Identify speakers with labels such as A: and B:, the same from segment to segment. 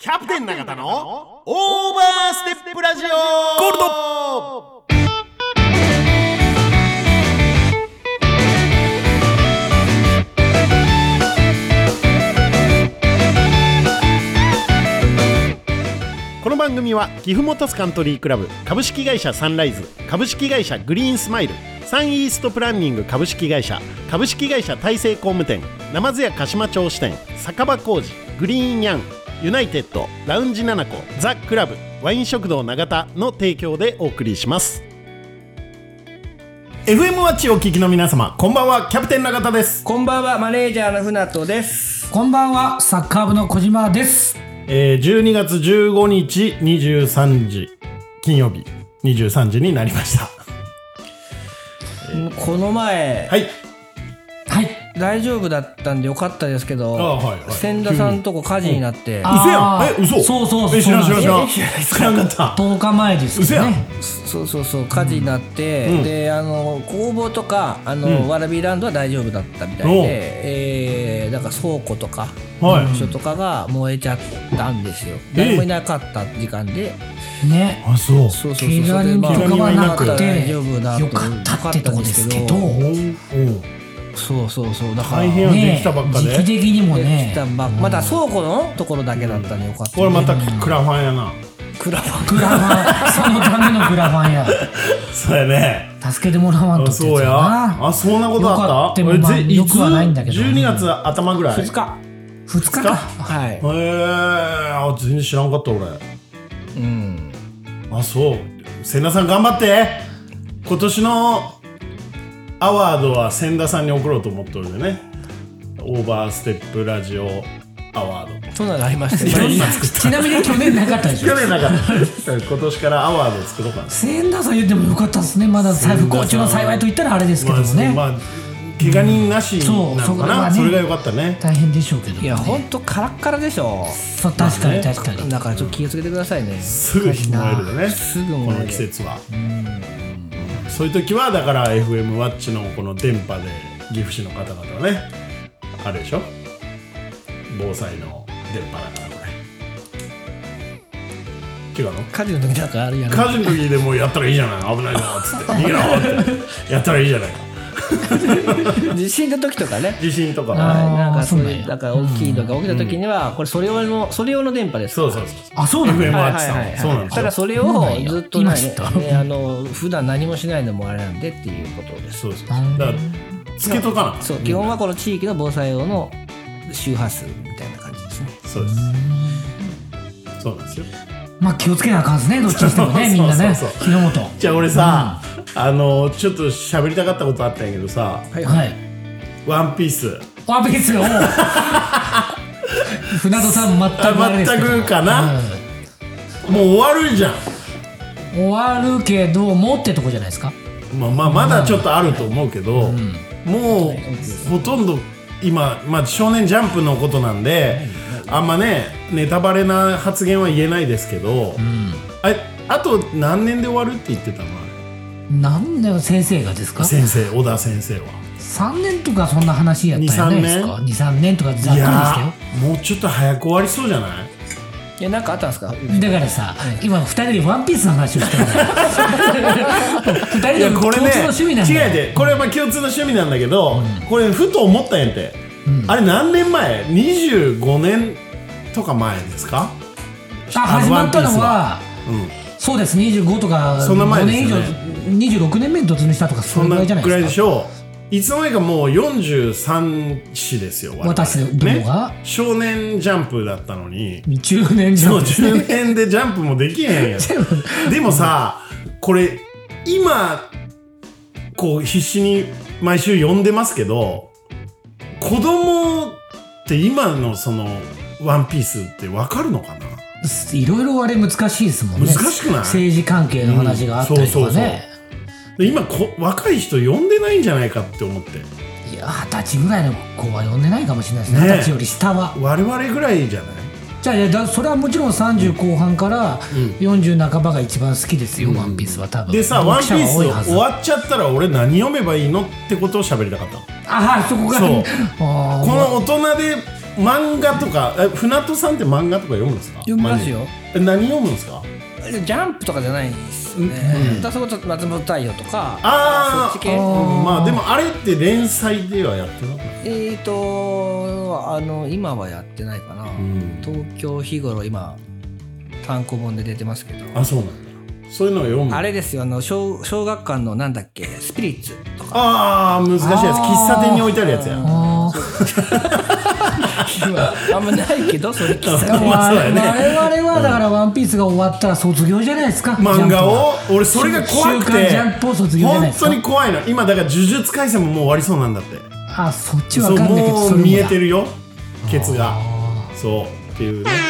A: キャプテン永田のオーバーステップラジオゴールドこの番組は岐阜モトスカントリークラブ株式会社サンライズ株式会社グリーンスマイルサンイーストプランニング株式会社株式会社大成工務店ナマズ屋鹿島町支店酒場工事グリーンヤンユナイテッドラウンジナナコザ・クラブワイン食堂永田の提供でお送りします FM ワッチをお聞きの皆様こんばんはキャプテン永田です、
B: こんばんは、マネージャーの船戸です。
C: こんばんは、サッカー部の小島です。
A: えー、12月15日23時金曜日23時になりました
B: この前、
A: はい
C: はい。
B: 大丈夫だったんでよかったですけ
A: あ
B: ど
A: はいはい、
B: 千田さんとこ火事になって、
C: あー
A: 嘘やんえ嘘
C: そうそう
A: え知らん知
C: そう
A: らん知
C: な
A: らん
C: ん
A: 知らんかった
C: 10日前です
A: 嘘
C: よ
A: やん
C: ね。
B: そうそうそう、火事になって、
A: うん
B: で、あの、工房とか、あの、わらびランドは大丈夫だったみたい
A: おう
B: で、えー、なんか倉庫とか、
A: はい
B: 場所とかが燃えちゃったんですよ。
A: ええ
B: 誰もいなかった時間で、
C: ね。
A: あそう
B: そうそうそう。
C: 怪我人と
B: それ
C: か
B: でまあ
C: はなく
B: 大
C: て、
B: 丈
C: よ
B: 夫だと
C: かったってとこですけど、
A: お
C: ね
A: お
B: そうそうそう、だから
A: 大。変やできたばっか
C: 時期
A: で
C: 的にも
B: でき
C: ね、
B: たばっまだ倉庫のところだけだったねよかった
A: これまたクラファンやな
B: クラファン
C: グラファン、そのためのグラファンや。
A: そうやね
C: 助けてもらわんと
A: あ
C: ってや
A: そう
C: つや
A: やあ
C: な。
A: そんなことあった
C: よかったまあ
A: えぜ
C: よくはないんだけど
A: いつ12月頭ぐらいへ
B: 2日
C: 2日か。
B: はい
A: えあ全然知らんかった俺
B: うん
A: あそう千田さん頑張って今年のアワードは千田さんに送ろうと思ってるんでねオーバーステップラジオアワード
B: そんなのありました
A: 今
B: ね
A: 作っ
C: ちなみに去年なかったでし
A: 去
C: ょ。
A: 年なか った今年からアワード作ろうかな
C: 千田さん言ってもよかったですね。まだ再不幸中の幸いと言ったらあれですけども
A: ま
C: ね。
A: あ、まあ怪我人なしなの
C: そうそ
A: か
C: こ
A: な、
C: は
A: そ
C: ね
A: れが良かったね
C: 大変でしょうけど も
B: い
C: ね
B: や。ほんとカラッカラでしょ
C: そう確かに確かに。
B: だからちょっと気をつけてくださいね
A: すぐ日のえるでね
B: すぐ
A: こ
B: 燃え
A: の
B: る
A: 季節はそういう時はだから FM ワッチのこの電波で岐阜市の方々はねあれでしょ防災の電波だからこれ違うの
B: 火事の時なんかあるやん
A: 火事の時でもうやったらいいじゃない危ないなっつって逃げろってやったらいいじゃない
B: 地震の時とかね
A: 地震とか
C: あ
A: は
C: ー
B: なんかそう
C: そうなん
B: いう
C: や
B: なんか大きいのが起きた時にはこれそれ用のそれ用の電波です
A: そうそうそう
C: あ、そうなの
A: FM
B: は
A: ワ
B: い
A: ッ
B: は
A: チ
B: い
A: さん
B: はい
A: もそうなんです
B: ただ
A: よ
B: それ
C: そうな
B: を
C: んや
B: ずっとね
C: 今知った
B: ねあの普段何もしないのもあれなんでっていうことです
A: そうそうだからつけとかな
B: そう基本はこの地域の防災用の周波数みたいな感じですね。
A: そうです。そうなんですよ。
C: まあ気をつけなあかんですね、どっちにしてもね、みんなね、
A: そうそうそう
C: 火の元。
A: じゃあ俺さ、あのちょっと喋りたかったことあったんやけどさ、
B: はい
C: はい。
A: ワンピース、
C: ワンピースよ。 船戸さん全くあれですけど
A: 全くかな
C: うん
A: もう終わるじゃん。
C: 終わるけど、もうってとこじゃないですか。
A: まあまあまだちょっとあると思うけど、もうほとんど今まあ少年ジャンプのことなんで、あんまねネタバレな発言は言えないですけど、ああと何年で終わるって言ってたのあれ
C: なんだよ、先生がですか
A: 先生小田先生は。
C: ?3 年とかそんな話やったんじゃないですか
A: 2
C: ?2、3年とかざ
A: い
C: っくりですけ
A: やーもうちょっと早く終わりそうじゃない？
B: いやなんかあったんですか。
C: ど。だからさ、今二人でワンピースの話をしてる んだよ二人
A: い
C: で
A: や
C: 共
A: こ
C: 通
A: れ
C: の
A: ね
C: 趣味なんだよ。
A: 違うでこれはまあ共通の趣味なんだけど、これふと思ったんやって、あれ何年前25年とか前ですか
C: あ、始まったのは、
A: うん
C: そうです、25とか、
A: そんな前ですよね
C: 5年以上、26年目に突入したとか、そ
A: そ
C: れ
A: ん
C: ぐらいじゃ
A: な
C: ない
A: く
C: で
A: らい
C: す
A: でし
C: か。
A: ょういつの間にかもう43市ですよ我々
C: 私どもが
A: ね、少年ジャンプだったのに
C: 10年以
A: そう
C: 上。
A: 10年でジャンプもできへんやんでもさこれ今こう必死に毎週読んでますけど子供って今のその「ワンピースってわかるのかない
C: ろいろあれ難しいですもんね。
A: 難しくない
C: 政治関係の話があったりと
A: うんそう
C: か
A: そう
C: ね。
A: で今こ若い人読んでないんじゃないかって思って
C: いや、二十歳ぐらいの子は読んでないかもしれないですね。
A: ね
C: 二十歳より下は。
A: 我々ぐらいじゃない
C: じゃあいやだ、それはもちろん30後半から40半ばが一番好きですよ、ワンピースは多分。
A: でさ「ワン
C: 読
A: ピ
C: 者
A: ー
C: は
A: ス
C: 多いはず
A: 終わっちゃったら俺何読めばいいのってことを喋りたかったの
C: あはい、そこが。
A: そう
C: あ
A: こ
C: ー
A: の大人で漫画とかえ船戸さんって漫画とか読むんですか
B: 読みますよ
A: 漫画え何読むんですか
B: ジャンプとかじゃないですよね、だからそこちょっと松本太陽とか
A: あー
B: そっち系
C: あー
A: まあでもあれって連載ではやってなかっ
B: えーとあの今はやってないかな、
A: ん
B: 東京日頃今単行本で出てますけど
A: たあそうなんだそういうのを読む
B: あれですよあの小小学館のなんだっけスピリッツとか
A: あー難しいやつ
C: あー
A: 喫茶店に置いてあるやつや
C: あー
B: あんまないけどそれ喫茶
A: あ
B: 店
A: まあそうだよね
C: 我々はだから「ワンピースが終わったら卒業じゃないですか
A: 漫画を俺それが怖く
C: 週刊
A: て
C: ジャンプを卒業じゃな
A: 本
C: いです
A: 当
C: か
A: に怖いの今だから呪術廻戦ももう終わりそうなんだって
C: あそっち
A: そ
C: わ
A: う
C: かんないけ
A: も
C: どそうれも
A: 見えて
C: る
A: るよケツがそうっていうね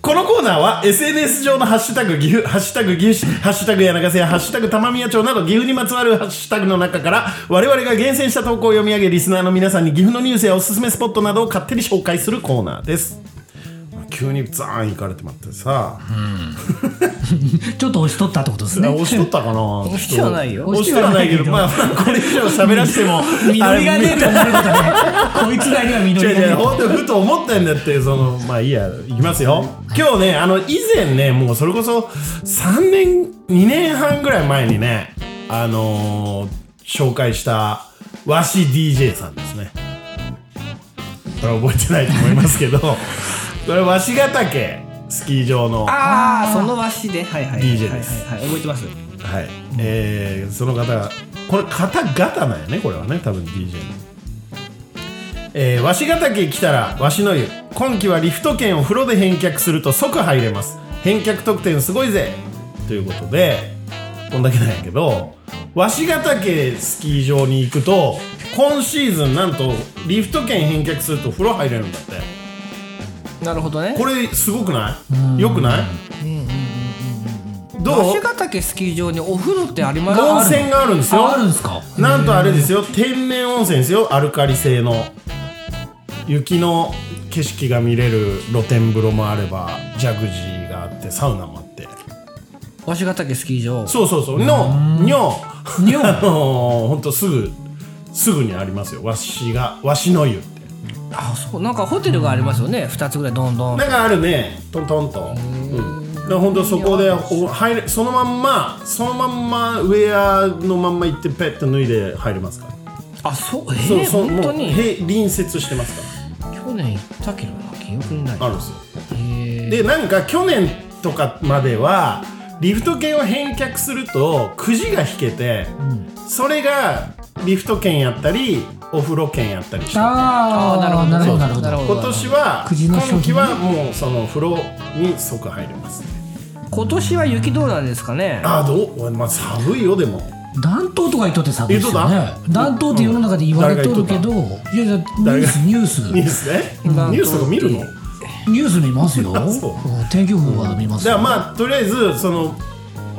A: このコーナーは SNS 上のハッシュタグ岐阜、ハッシュタグ岐阜市、ハッシュタグ柳ヶ瀬や、ハッシュタグ玉宮町など岐阜にまつわるハッシュタグの中から我々が厳選した投稿を読み上げリスナーの皆さんに岐阜のニュースやおすすめスポットなどを勝手に紹介するコーナーです。急にザーン行かれてまってさ、
C: ちょっと押しとったってことですね
A: あ押しとったかな押
B: してはないよ
A: 押してはないけど、まあ、まあこれ以上喋らせても、 あれ
C: 緑が出ると思うけどねこいつらには緑
A: 違う
C: が出
A: 違う
C: る
A: 本当ふと思ったんだってそのまあいいやいきますよ今日ねあの以前ねもうそれこそ3年2年半ぐらい前にねあのー紹介した和紙 DJ さんですねこれ覚えてないと思いますけど これ和紙ヶ岳スキー場の
B: ああその足ではいはいはい
A: DJ です
B: はいはい、覚えてます
A: はい、えーその方がこれ方々なんやねこれはね多分 DJ の。えー、鷲ヶ岳来たら鷲の湯今季はリフト券を風呂で返却すると即入れます返却特典すごいぜということでこんだけなんやけど鷲ヶ岳スキー場に行くと今シーズンなんとリフト券返却すると風呂入れるんだって
B: なるほどね
A: これすごくないよくないどう
B: 足ヶ岳スキー場にお風呂ってあります
A: 温泉があるんですよ
C: ああるんですか
A: なんとあれですよ天然温泉ですよアルカリ性の雪の景色が見れる露天風呂もあればジャグジーがあってサウナもあって
B: 足ヶ岳スキー場
A: そうそうそうの尿尿 あのー、ほんとすぐすぐにありますよわしがわしの湯って
B: あそうなんかホテルがありますよね、二つぐらいどんどん
A: なんかあるねトントンとうんだからほんとそこでお入れそのまんまそのまんまウェアのまんま行ってペッと脱いで入れますから
B: あそうえ
A: そう
B: ー、
A: そう
B: 本
A: も
B: 当
A: う
B: に
A: へ隣接してますか
B: 去年行ったけどな記憶にない
A: らあるんですよ
B: へ
A: でなんか去年とかまではリフト券を返却するとくじが引けて、それがリフト券やったりお風呂券やったりして今
C: ああなるほどなるほどなるほど
B: ほ
A: 年は
C: くじの商
A: 今
C: 品
A: 期はもうその風呂に即入れます、
B: 今年は雪どうなんですかね
A: ああどう、まあ、寒いよでも
C: 暖冬とか言っとって寒いですよ
A: 言
C: ね
A: うとった
C: 暖冬って世の中で言われとるけどいやいやニュースニュース
A: ニュースねニ
B: 暖冬
A: ュースとか見るの
B: って
C: ニュース見ますよ
A: あそう
C: うん天気予報は見ます
A: だ
C: よ
A: からまあとりあえずその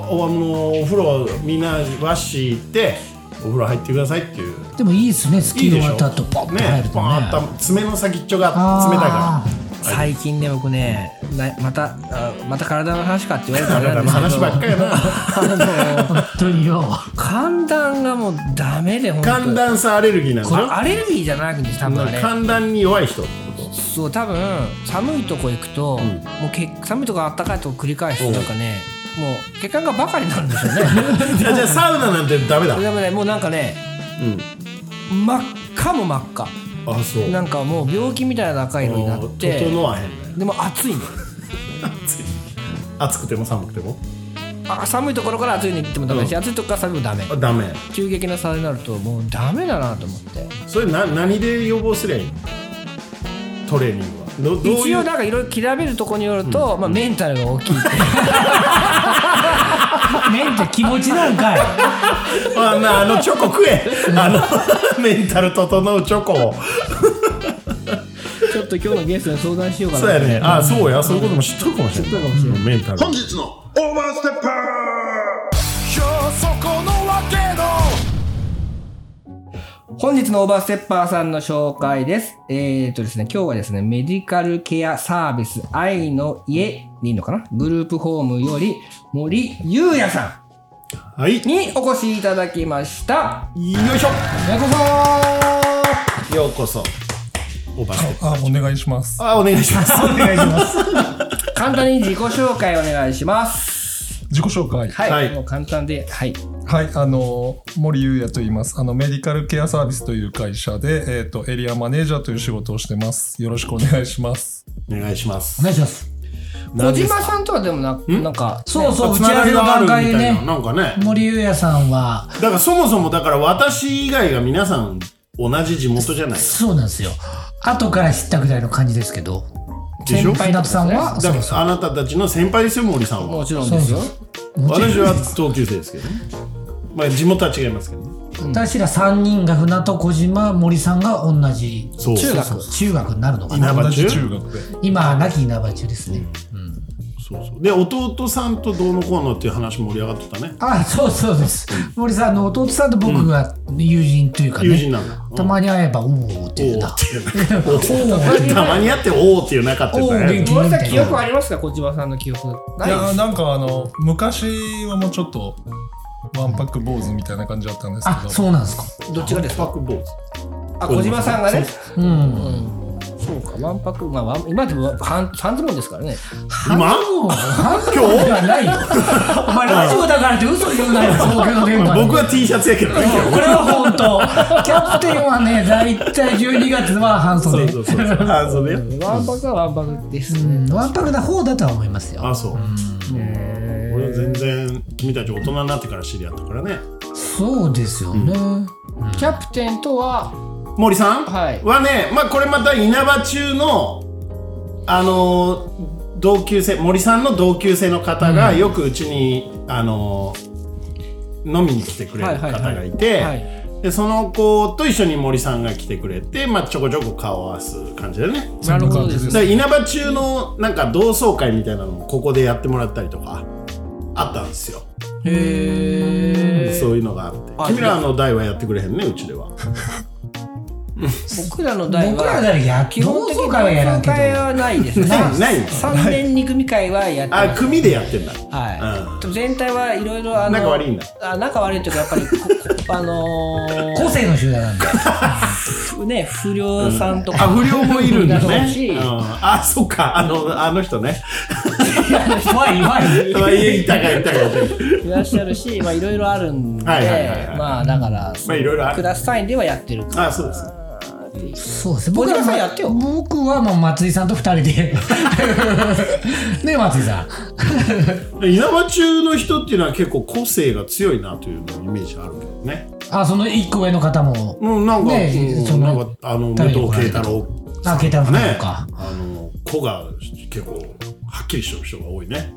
A: おあのお風呂みんなワッシー行ってお風呂入ってくださいっていう
C: でもいいですねスキ
A: いい
C: ー
A: で
C: 終
A: し
C: わ
A: ょ
C: った後ポッと入
A: ね
C: ると
A: ポン
C: ね
A: と爪の先っちょが冷たいから
C: あー
B: 最近ね僕ねなまたあまた体の話かって言われた
A: あな
B: ら
A: た
B: あれ
A: の
B: なんで
A: 話
B: すけど
A: ばっかりやな
B: あの
C: 本当によ
B: 寒暖がもうダメで本当
A: 寒暖差アレルギーなんでし
B: これ
A: ょ
B: アレルギーじゃなくて多分あれ
A: 寒暖に弱い人ってこ
B: そう多分寒いとこ行くと、もうけ寒いとこ暖かいとこ繰り返してなんかねもう血管がバカになるんですよね
A: とじゃあじゃあサウナなんてダメだ
B: でもねもうなんかね
A: うん
B: 真っ赤も真っ赤
A: あそう
B: なんかもう病気みたいな赤色になって
A: 整わへんね
B: でも暑いの
A: 暑くても寒くても
B: あ寒いところから暑いに行ってもダメだし、
A: うん
B: 暑いとこから寒いもダメ
A: あダメ
B: 急激な差になるともうダメだなと思って
A: それな何で予防すりゃいいのトレーニングはどどう
B: 一
A: い
B: 応
A: う
B: なんかいろいろ調べるとこによると、まあ、メンタルが大きいって
C: メンタ気持ちな んかい
A: あなあのチョコ食えあの メンタル整うチョコを
B: ちょっと今日のゲストに相談しようかな
A: そうやねあそうやそういうことも知っとるかもしれないうんメンタル
D: 本日のオーバーステッパ
B: 本日のオーバーステッパーさんの紹介です。えー、とですね、今日はですね、メディカルケアサービス愛の家でいいのかなグループホームより森優也さ
A: はいよ
B: んにお越しいただきました。
A: いしょ
B: ようこそ
A: ようこそオーバーステップ
E: あ、お願いします。
A: あお願いします
C: お願いします。
B: 簡単に自己紹介お願いします。
E: 自己紹介。
B: はい。
A: はい
B: もう簡単で、はい。
E: はい、あの森優也と言います。あのメディカルケアサービスという会社で、えっ、とエリアマネージャーという仕事をしてます。よろしくお願いします。
A: お願いします
C: お願いします。
B: 小島さんとはでもな、なんか、
C: そうそう、打
A: つ
C: ち
A: なが
C: 合わせ
A: り
C: の
A: があるみ
C: 段
A: たい
C: 階
A: な
C: でね、
A: なんかね
C: 森優也さんは、
A: だからそもそもだから私以外が皆さん同じ地元じゃないです
C: そうなんですよ。後から知ったぐらいの感じですけど、
A: でしょ
C: 船津さんは、
A: だ
C: そ
A: か
C: う
A: ら
C: そう。
A: あなたたちの先輩ですよ森さんは
B: もちろんですよ。
A: 私は同級生ですけどねまあ地元は違いますけどね
C: 私ら3人が船戸小島森さんが同じ
A: そう
B: 中学
C: そうそう中学になるのか
A: 稲
C: な
A: 葉
E: 同じ
A: 中
E: 中学で。
C: 今亡き稲葉中ですね、
A: そうそうで弟さんとどうのこうのっていう話盛り上がってたね
C: あそうそうです森さんの弟さんと僕が友人というかね、
A: 友人なんだ
C: たまに会えば「おお」って言
A: お
C: って
A: お
C: た
A: っていうなたまにあっておおっていうなかったよ
C: おう元
A: ね
C: 気
B: 森さん記憶ありますか小島さんの記憶。ないい
E: やなんかあの昔はもうちょっとワンパック坊主みたいな感じだったんです
C: あ
E: けど。
C: そうなんですか
B: どっちがです
A: パ
B: か
A: ック坊主
B: あ、小島さんがね。
C: うん
B: そうか、わんぱく、まあ、わん今でも半半ズボンですからね。
A: 今
C: もう半分では ないよお前ラジオだからって嘘言うなよ東京電波
A: 僕は T シャツやけどね
C: これは本当キャプテンはね大体12月は半
A: そ
C: 袖
A: うそ うそうそうあそうだよ
B: わんぱくはわんぱくです
C: う
B: ね。
C: んわんぱくな方だとは思いますよ
A: あそう俺は全然君たち大人になってから知り合ったからね
C: そうですよね、
B: キャプテンとは、
A: 森さん
B: はい
A: はねまあこれまた稲葉中のあのー同級生森さんの同級生の方がよくうちに、あのー飲みに来てくれる方がいて、
B: はいはいはい
A: でその子と一緒に森さんが来てくれて、まあ、ちょこちょこ顔を合わす感じだよね
B: なるほどです
A: だから稲葉中のなんか同窓会みたいなのもここでやってもらったりとかあったんですよ
B: へ
A: そういうのがあって君らの代はやってくれへんねうちでは
B: 僕らの代は
C: 僕らの代は野球
B: 基本的に
C: 同窓会はやらんけど
B: 同窓会はないですね
A: ないない
B: 3年2組会はやって
A: あ
B: ます
A: 組でやってんだ
B: はい、でも全体はいろいろあの
A: 仲悪いんだ
B: あ仲悪いというかやっぱりこ あの
C: 個性の集団なんで
B: ー、ね不良さんとか、
A: あ、不良もいるんだ
B: だろう
A: ね。
B: し
A: うんあ、そっか。あの、あの人ね。
C: 怖い怖い
A: まあ、いたかいたかいたか。
B: いらっしゃるし、まあ、いろいろあるんで、
A: はいはいはいはい
B: まあだから、
A: まあいろいろある
B: クラス単位ではやってる
A: あ、そうです。
C: そうですね
B: 小島さん
C: 僕は
B: やってよ
C: 僕はもう松井さんと二人でねえ松井さん
A: 稲葉中の人っていうのは結構個性が強いなというのイメージあるけどね。
C: あその一個上の方も
A: うん、なんか、
C: ねえ
A: うん
C: そん
A: な
C: なん
A: か、あの、武藤慶太郎
C: あけたの
A: ね
C: と、か、
A: あの、子が結構、はっきりしてる人が多いね。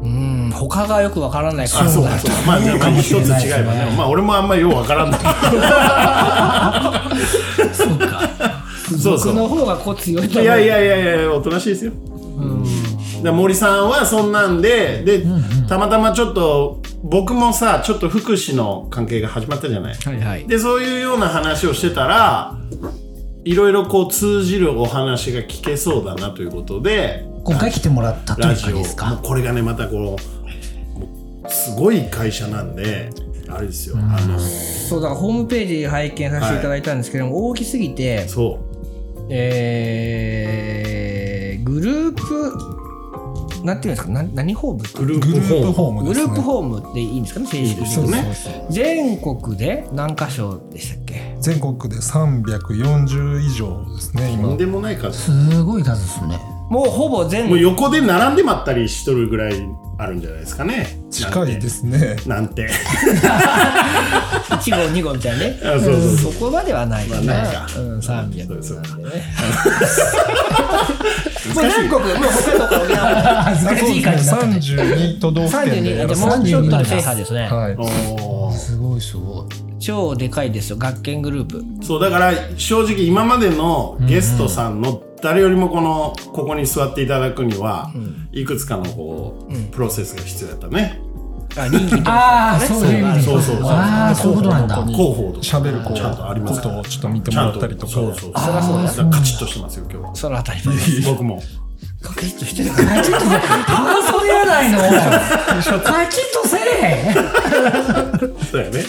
B: うん他がよくわからないか
A: あ、
B: ら
A: そうか、そうか。まあ、でも一つ違えばね。まあ、俺もあんまようわからんだけど。そうか。そう
B: 僕
A: そう。
B: の方がこう強いと思う
A: いやいやいやいやおとなしいですよ。で森さんはそんなんでで、たまたまちょっと僕もさちょっと福祉の関係が始まったじゃない。
B: はいはい
A: でそういうような話をしてたらいろいろこう通じるお話が聞けそうだなということで
C: 今回来てもらったと
A: ラ
C: いう
A: ジ
C: か
A: オ
C: ですか
A: もうこれがねまたこうもうすごい会社なんであれですよ、あの
B: そうだからホームページ拝見させていただいたんですけども、大きすぎて
A: そう
B: えーグループなんていうんですかな何ホーム
A: グルー
E: グ
A: プホ
E: ループ
A: ーム
E: ホーム
B: グ
E: で
B: ル
E: す
B: ープ
E: ね。
B: ホームでいいんですかね正式に
A: ですよね。
B: 全国で何箇所でしたっけ
E: 全国で340以上ですね
A: と
E: 今
A: ん。でもない数
C: すごい数ですね
B: もうほぼ全
A: もう
B: 部
A: 横で並んで待ったりしとるぐらいあるんじゃないですかね。
E: 近いですね。
A: なんて。
B: 1号2号みたいなね
A: あそうそうそ
B: んそこまではないか
A: まあ
B: な、
A: ないか
B: うん、300
A: そうそう
B: なんでねもう全国もう北海道から沖縄ま
C: あすごいいい感じになって
E: 三
C: ね
E: 十二都道府
B: で
E: 県で
B: 32
E: やら
B: で
E: せ
B: も
E: て
B: うちょっとで制覇ですね、
E: はい。
A: おー
C: すごいすごい
B: 超でかいですよ学研グループ
A: そうだから正直今までのゲストさんの誰よりもこのここに座っていただくにはいくつかのこうプロセスが必要だったね。
B: あ臨機と
C: ああそういう意味で
A: そうそうそう
C: ああそういうことなんだ
A: 広報とか
E: 喋るこ
A: ちゃんとありま
E: う
A: す
E: こ
A: か
E: と
A: ら
E: を。ちょっと見て
A: ち
E: も
A: ゃん
E: らった
A: と
E: りとか。
A: そうそうそう。だ
B: そりゃそうだ
A: からカチッとしてますよ今日
B: そのあたり前です
A: は。僕も。
B: カキッとしてる
C: カチッとせ半袖やないのカチッとせえへん
A: そうやね。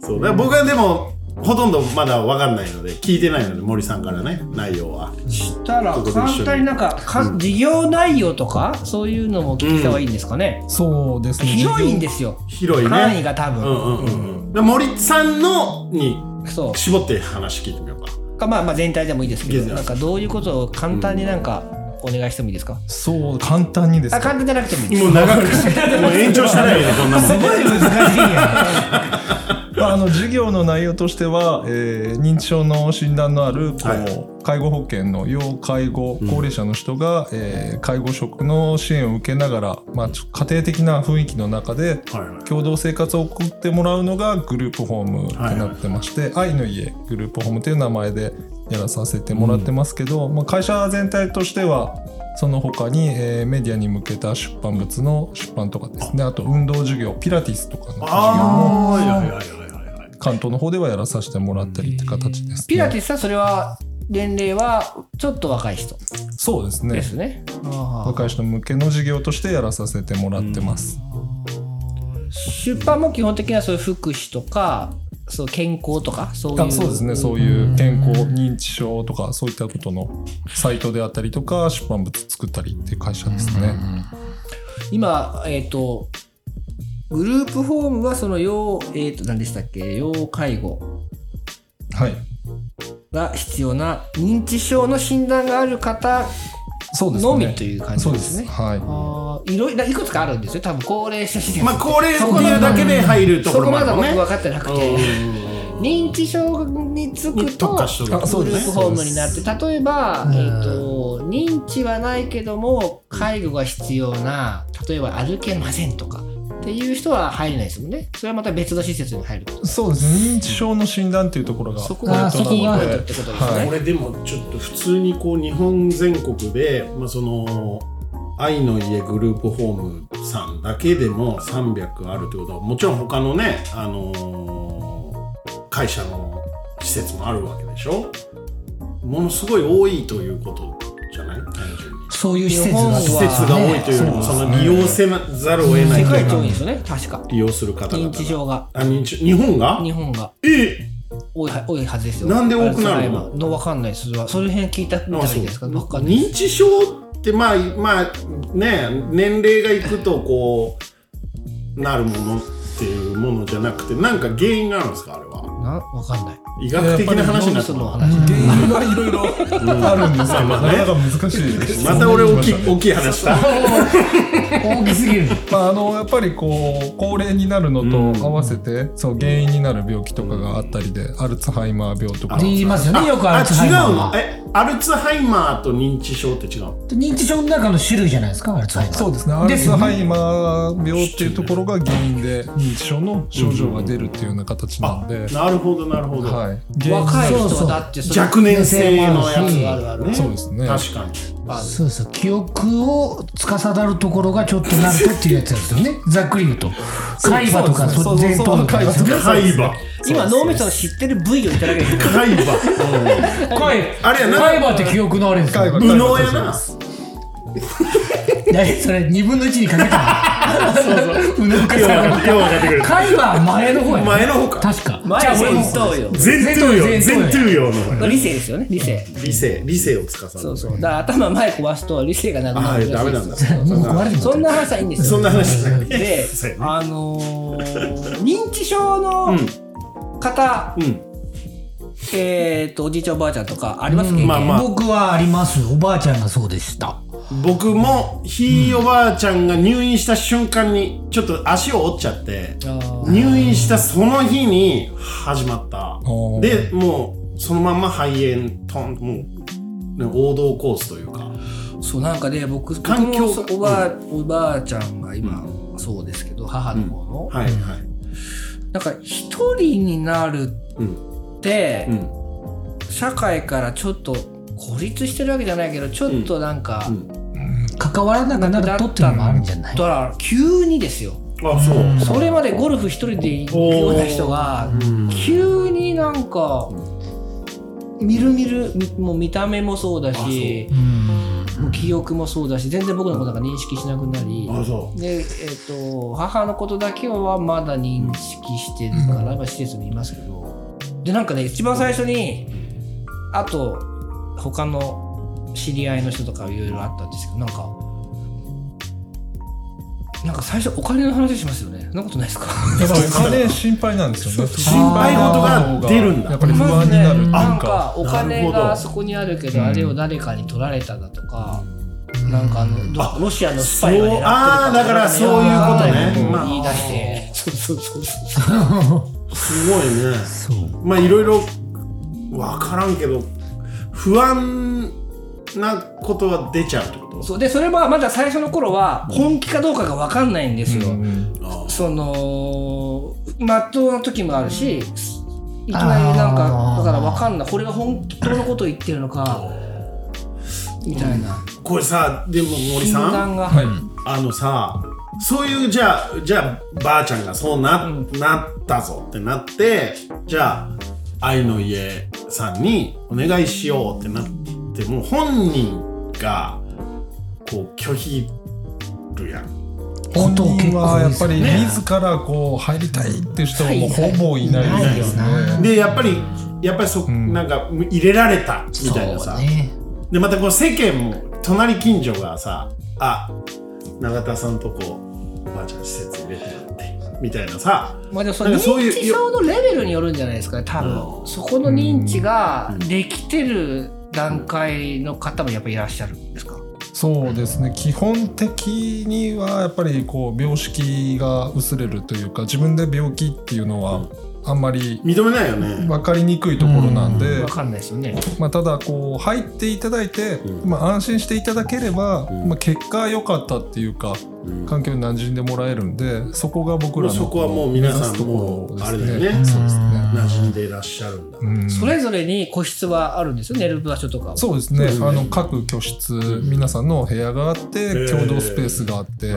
A: そうだから僕はでもほとんどまだ分かんないので聞いてないので森さんからね内容は
B: したら簡単になんかか、事業内容とかそういうのも聞いた方がいいんですかね、
E: そうですね。。
B: 広いんですすよ
A: 広いね
B: 範囲が多
A: う
B: 分、
A: んうんうんうんで森さんのに
B: そう
A: 絞って話聞いてみようか
B: かまあまあ全体でもいいですけ
A: いいです
B: ど
A: よ
B: なんかどういうことを簡単になんかお願いしてもいいですか、
E: そう、簡単にです
B: あ
E: か。
B: 簡単じゃなくてもいいです
A: もう 長くしてもう延長したらいいよこんなもん
C: ごい難しいや
E: まあ、あの授業の内容としては、えー認知症の診断のあるこう、
A: はい
E: 介護保険の要介護高齢者の人が、えー介護職の支援を受けながら、まあ、ちょ家庭的な雰囲気の中で
A: はいはい
E: 共同生活を送ってもらうのがグループホームとなってまして「愛の家グループホーム」という名前でやらさせてもらってますけど、まあ、会社全体としてはその他に、えーメディアに向けた出版物の出版とかですねあと運動授業ピラティスとかの授業も
A: ああーはいはいはいはいはい
E: 関東の方ではやらさせてもらったりって形です、ね。
B: ピラティスはそれは年齢はちょっと若い人
E: そうです
B: で
E: ね。
B: すね、あー
E: 若い人向けの事業としてやらさせてもらってます。
B: 出版も基本的にはそういう福祉とかそう健康とかそういう
E: あそうですね。そういう健康認知症とかそういったことのサイトであったりとか出版物作ったりっていう会社ですね。
B: 今えっ、とグループホームはその要えっ、と何でしたっけ要介護
E: はい。
B: が必要な認知症の診断がある方
E: そうですね。
B: のみという感じ
E: そう
B: で
E: ですす。
B: ね
E: は
B: あーいろいろいくつかあるんですよ多分高齢者診断、
A: まあ高齢っていうだけで入るとこ
B: そ
A: ろ
B: こ
A: もあ
B: ま
A: る
B: だ
A: もん
B: 僕
A: ね
B: 分かってなくて認知症につく
A: に
B: と
A: 特化しとる
E: あそう
B: グ
E: で
B: ル
E: す
B: ー
E: ね
B: プホームになって例えば、
C: うん
B: えー、と認知はないけども介護が必要な例えば歩けませんとかっていう人は入れないですもんねそれはまた別の施設に入る
E: い。そうですね。認知症の診断っていうところが
B: そこ
E: ポイ
B: が
E: ントなの
B: キー
C: あ
B: ポイン
E: で
B: トってことですね、
E: はい
A: これでもちょっと普通にこう日本全国で、まあ、その愛の家グループホームさんだけでも300あるってことはもちろん他のね、あのー会社の施設もあるわけでしょものすごい多いということじゃない単純に
C: そういう施設
A: 施
B: 日
C: が
B: 本は
A: 設が多いというよりもそ
E: そうです
A: の
E: ね
A: 利用せなざるを得ない
B: 世
A: と
B: 界
A: いう
B: 一
A: か
B: 多いんですよね確か
A: 利用する方々
B: 認
A: が
B: 知症が
A: あ認知日本が
B: 日本が
A: え
B: 多いは多いはずですよ
A: なんで多くなるの
B: アルツハイマーのわかんないですそれはその辺聞いたみ
A: あ
B: た
A: そ
B: いうですかわかんないです
A: 認知症ってまあまあね年齢がいくとこうなるものっていうものじゃなくてなんか原因があるんですかあれは
B: なわかんない
A: 医学的な話になって
B: そ
A: る
B: の
A: ま
B: 話
E: 原因がいろいろあるんですけど、なかなか難しいです。
A: た俺大き い大きい話した
C: 大きすぎる
E: まあ、あのやっぱりこう高齢になるのと合わせて、そう原因になる病気とかがあったりで、アルツハイマー病とか
C: って言いますよねよくア
A: あ
C: ルツハ
A: 違
C: イマー
A: う
C: は
A: のえアルツハイマーと認知症って違うの
C: 認知症の中の種類じゃないですかアルツハイマー
E: そうですねアルツハイマー病っていうところが原因で認知症の症状が出るっていうような形なので、
A: なるほどなるほど、
E: はい、原因
B: 若い人
C: そう
B: は
C: そう
B: だってそれ
A: 若年性のやつ
C: 年性も
A: が
C: あ
A: あ
C: る
A: るある
E: そうですね
A: 確かに
C: そうそう記憶を司るところがちょっとなんとっていうやつですよねざっくり言うと海馬とか
E: そうそうそう
C: 前頭部とかですよね
A: 海馬
B: 今脳みその知ってる部位をいただける
A: 海馬
C: 海
A: あれやな
C: 海馬って記憶のあれです
E: 海
C: よ
E: 馬
A: 無能やな
C: 何それ2分の1にかけたそうそう
A: よう分かってよう分かってくれた
C: 海馬は前の方やね
A: 前の方か
C: 確か
B: 前
C: じゃあ俺も
B: 前頭葉
A: 前頭葉前頭葉の方や
B: 理性ですよね理性
A: 理性理性を司る
B: そうそうだから頭前壊すと理性がなく
A: あ
B: な
A: あ
B: るら
A: ダ
B: しい
A: メ
B: で
A: なんだ
B: す
A: そん
C: もう壊
A: な
C: れて
B: そんな話はいいんです
A: そ
B: よ
A: んな話じゃない
B: で
A: そうやね
B: あのー認知症の方
A: うん
B: えっとおじいちゃんおばあちゃんとかありますけど
A: まあま
C: 僕はありますおばあちゃんがそうでした
A: あ僕もひいおばあちゃんが入院した瞬間にちょっと足を折っちゃって入院したその日に始まった
E: おー
A: でもうそのまんま肺炎トンもうね王道コースというか
B: そうなんかね僕
A: 環境
B: 僕もそうおばあおばあちゃんが今そうですけど母の方の
A: はいはい
B: なんか一人になる
A: うん
B: って
A: うん
B: 社会からちょっと孤立してるわけじゃないけどちょっとなんか、
A: うん
C: 関わらなくなるとっていうのもあるんじゃない
B: だから急にですよ
A: あそう
B: それまでゴルフ一人で行くような人が
A: うん
B: 急になんかみるみるみもう見た目もそうだし
C: うん
B: もう記憶もそうだし全然僕のことなんか認識しなくなり
A: あそ
B: で、えっと母のことだけはまだ認識してるから、今施設にいますけどでなんかね一番最初にあと他の知り合いの人とかいろいろあったんですけどなんかなんか最初お金の話しますよねそんなことないですか
E: やっぱお金心配なんですよね。
A: 心配事が出るんだ
E: やっぱり不安になるってい う
B: なん
E: か。
B: かお金
A: なるほど
B: がそこにあるけど
E: うん
B: あれを誰かに取られただとか、なんかあのどロシアのス
A: そ
B: パイが狙って
A: う
B: る
A: ああだからそういうことね、まあ
B: 言い出してそうそうそうそう
A: すごいね
C: そう
A: まあいろいろ分からんけど不安なことは出ちゃうってこと
B: そうでそれはまだ最初の頃は本気かどうかが分かんないんですよ、
E: うん
A: あ
B: そのまっとうな時もあるし、いきなりなんか
C: あー
B: だから分かんないこれが本当のことを言ってるのかみたいな
A: これさでも森
B: 診
A: さん
B: 断が、
E: はい。
A: あのさそういうじゃあじゃあばあちゃんがそうな,、なったぞってなってじゃあ愛の家さんにお願いしようってなっても本人がこう拒否るやん
C: こ
E: 本
C: と結
E: 人
C: 構
E: は
C: 多い
E: や
C: で
E: っ
C: すよ
E: ぱり
C: ね
E: 自らこう入りたいっていう人はもうほぼいない
C: ない
E: で
C: ですす
E: ね
C: ね。
A: でやっぱりやっぱりそ、
E: ん
A: なんか入れられたみたいなさ、
C: そうね
A: でまたこう世間も隣近所がさあ永田さんとこおばあちゃん施設入れてやってみたいなさ
B: まあでもそ
A: な
B: の
A: んかそういう
B: 認知症のレベルによるんじゃないですかね多分、そこの認知ができてる段階の方もやっぱいらっしゃるんですか、
E: そうですね基本的にはやっぱりこう病識が薄れるというか自分で病気っていうのはあんまり
A: 認めないよね
E: 分かりにくいところなんで、
B: 分かんないですよね
E: まあ、ただこう入っていただいて、まあ、安心していただければ、まあ、結果良かったっていうか、環境に馴染んでもらえるんでそこが僕らの
A: そこはもう皆さん
E: 目指すと
A: も
E: ころ
A: う
E: です
A: あれだよね
E: そうですね、
A: 馴染んでいらっしゃるんだ、
E: うん
B: それぞれに個室はあるんですよ寝る場所とかは
E: そうですねあの各居室皆さんのお部屋があって、
A: ー
E: 共同スペースがあって、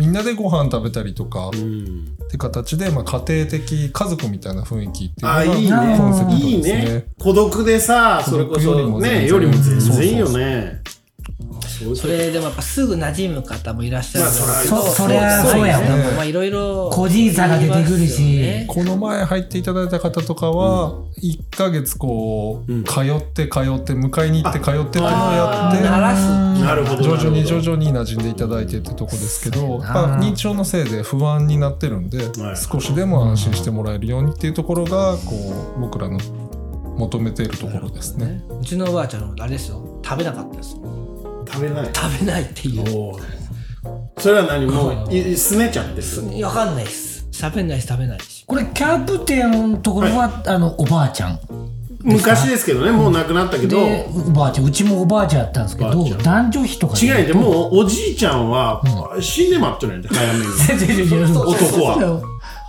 E: みんなでご飯食べたりとか、
A: うん
E: って形で、まあ、家庭的家族みたいな雰囲気って
A: あ
E: い
A: いうい
E: のがコンセプ
A: ね
E: ト
A: いい
E: ですね。
A: ね孤独でさそれこ
E: 孤独より
A: そ
E: も
A: ね
E: 全然
A: よりも全然いいよねそう
B: それでもやっぱすぐ馴染む方もいらっしゃる
A: まあ
C: そそりゃそうや
E: そうですね
B: まあいろいろ
C: 個人差が出てくるし
B: ありますよね
E: この前入っていただいた方とかは1ヶ月こう、
A: うん
E: 通って通って迎えに行って通ってっていうのをや
B: あー鳴
E: っ
B: らす
A: なるほ
E: て
A: ど
E: 徐々
A: な
E: に
A: る
E: 徐
A: ほど
E: 々に馴染んでいただいてってとこですけど、
C: そうやな
E: まあ、認知症のせいで不安になってるんで、
A: はい
E: 少しでも安心してもらえるようにっていうところがこう僕らの求めているところですね。
B: うちのおばあちゃんのあれですよ食べなかったです
A: 食べない
B: 食べないっていう
A: おーそれは何もういすねちゃってる
B: わかんないです喋んないし食べないし
C: これキャプテンのところは、あのおばあちゃん
A: 昔ですけどねもうなくなったけど
C: でおばあちゃんうちもおばあちゃんやったんですけ
A: おば
C: ど
A: あちゃん
C: 男女比とか
A: 違いでもうおじいちゃんは死んでまっとるんやて 早めに男は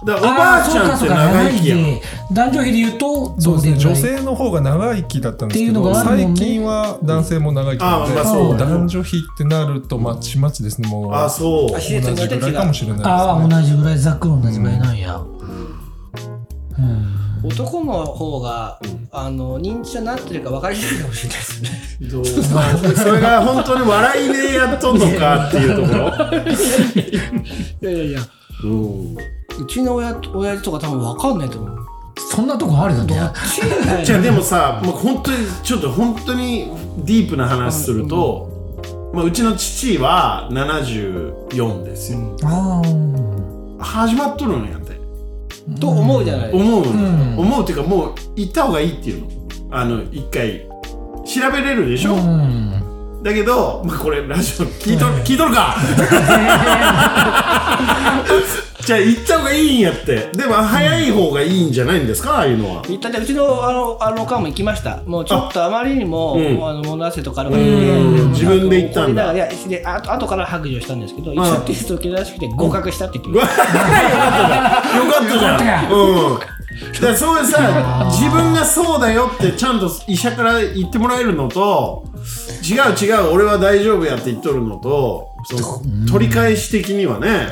A: だからおばあちゃんって長生きやん
C: ん男女比で言うと
E: そうですね
C: どれ
E: 女
C: ぐらい
E: 性の方が長生きだったんですけど
C: っていうのがあるもん
E: 最
C: ね
E: 近は男性も長生きなので、
A: あまあそうだね
E: 男女比ってなるとまちまちですねもう
A: あそう
B: あ
E: 同じぐらいかもしれないです、ね、
C: ああ同じぐらいざっくり同じぐらいなんや、うん
B: 男の方があの認知症になってるか分かりにくいかもしれないですね
A: どうまあそれが本当に笑いでやっとんのかっていうとこ
B: いやいやいや
A: ろ、 うん、
B: うちの親と親父とか多分分かんないと思う
C: そんなとこあるよね
A: じゃあでもさもう本当にちょっと本当にディープな話すると、まあ、うちの父は74ですよ、
C: あ
A: 始まっとるんやって
B: と思うじゃない
A: 思う、
C: ん
A: 思うっていうかもう行った方がいいっていうのあの一回調べれるでし
C: あ
A: ょ、
C: うん
A: だけど、まあ、これラジオ聞いとる、聞いとる かじゃあ行った方がいいんやってでも早い方がいいんじゃないんですかああいうのは
B: 行ったってうちのあのあのおかんも行きましたもうちょっとあまりにも
A: あうん
B: もうあの物汗とかある
A: う
B: から
A: ん自分で行ったんだ
B: いやであ後から白状したんですけど一応テスト受けらしくて合格したって言ってました
A: よかったじ
C: よか
A: ゃ
C: っ
A: ん。うん。だからそういうさ、自分がそうだよってちゃんと医者から言ってもらえるのと、違う違う、俺は大丈夫やって言っとるのと、その取り返し的にはね、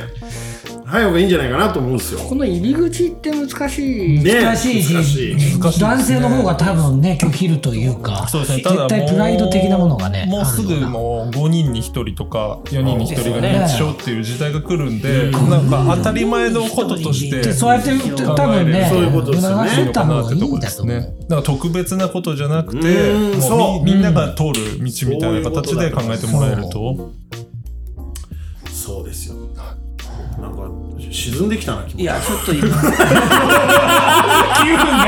A: 早い方がいいんじゃないかなと思うんですよ。
B: この入り口って難しい。
A: ね
C: 難しいし
A: 難しい
E: 難しい
C: 男性の方が多分ね拒否るというか
E: そうですね、ただ
C: 絶対プライド的なものがね
E: もうす
C: あ
E: ぐ
C: るよな
E: もう5人に1人とか4人に1人が
C: うん
E: 認知症っていう時代が来るんで、なんか当たり前のこととして
C: でそうやって多分ね
A: そういうことですよね
C: 促してった
E: な
C: 方
E: っ
C: が
E: て
C: い
E: と
C: いん
E: こで
C: だと
E: す
C: 思う、
E: ね。だから特別なことじゃなくて、
A: うん
E: も
A: そうう
E: みみんなが通る道みたいな形で考えてもらえると、
A: そうですよ。なんか沈んできたな気持
B: い
A: ち。
B: や、ちょっと今、
C: 気分が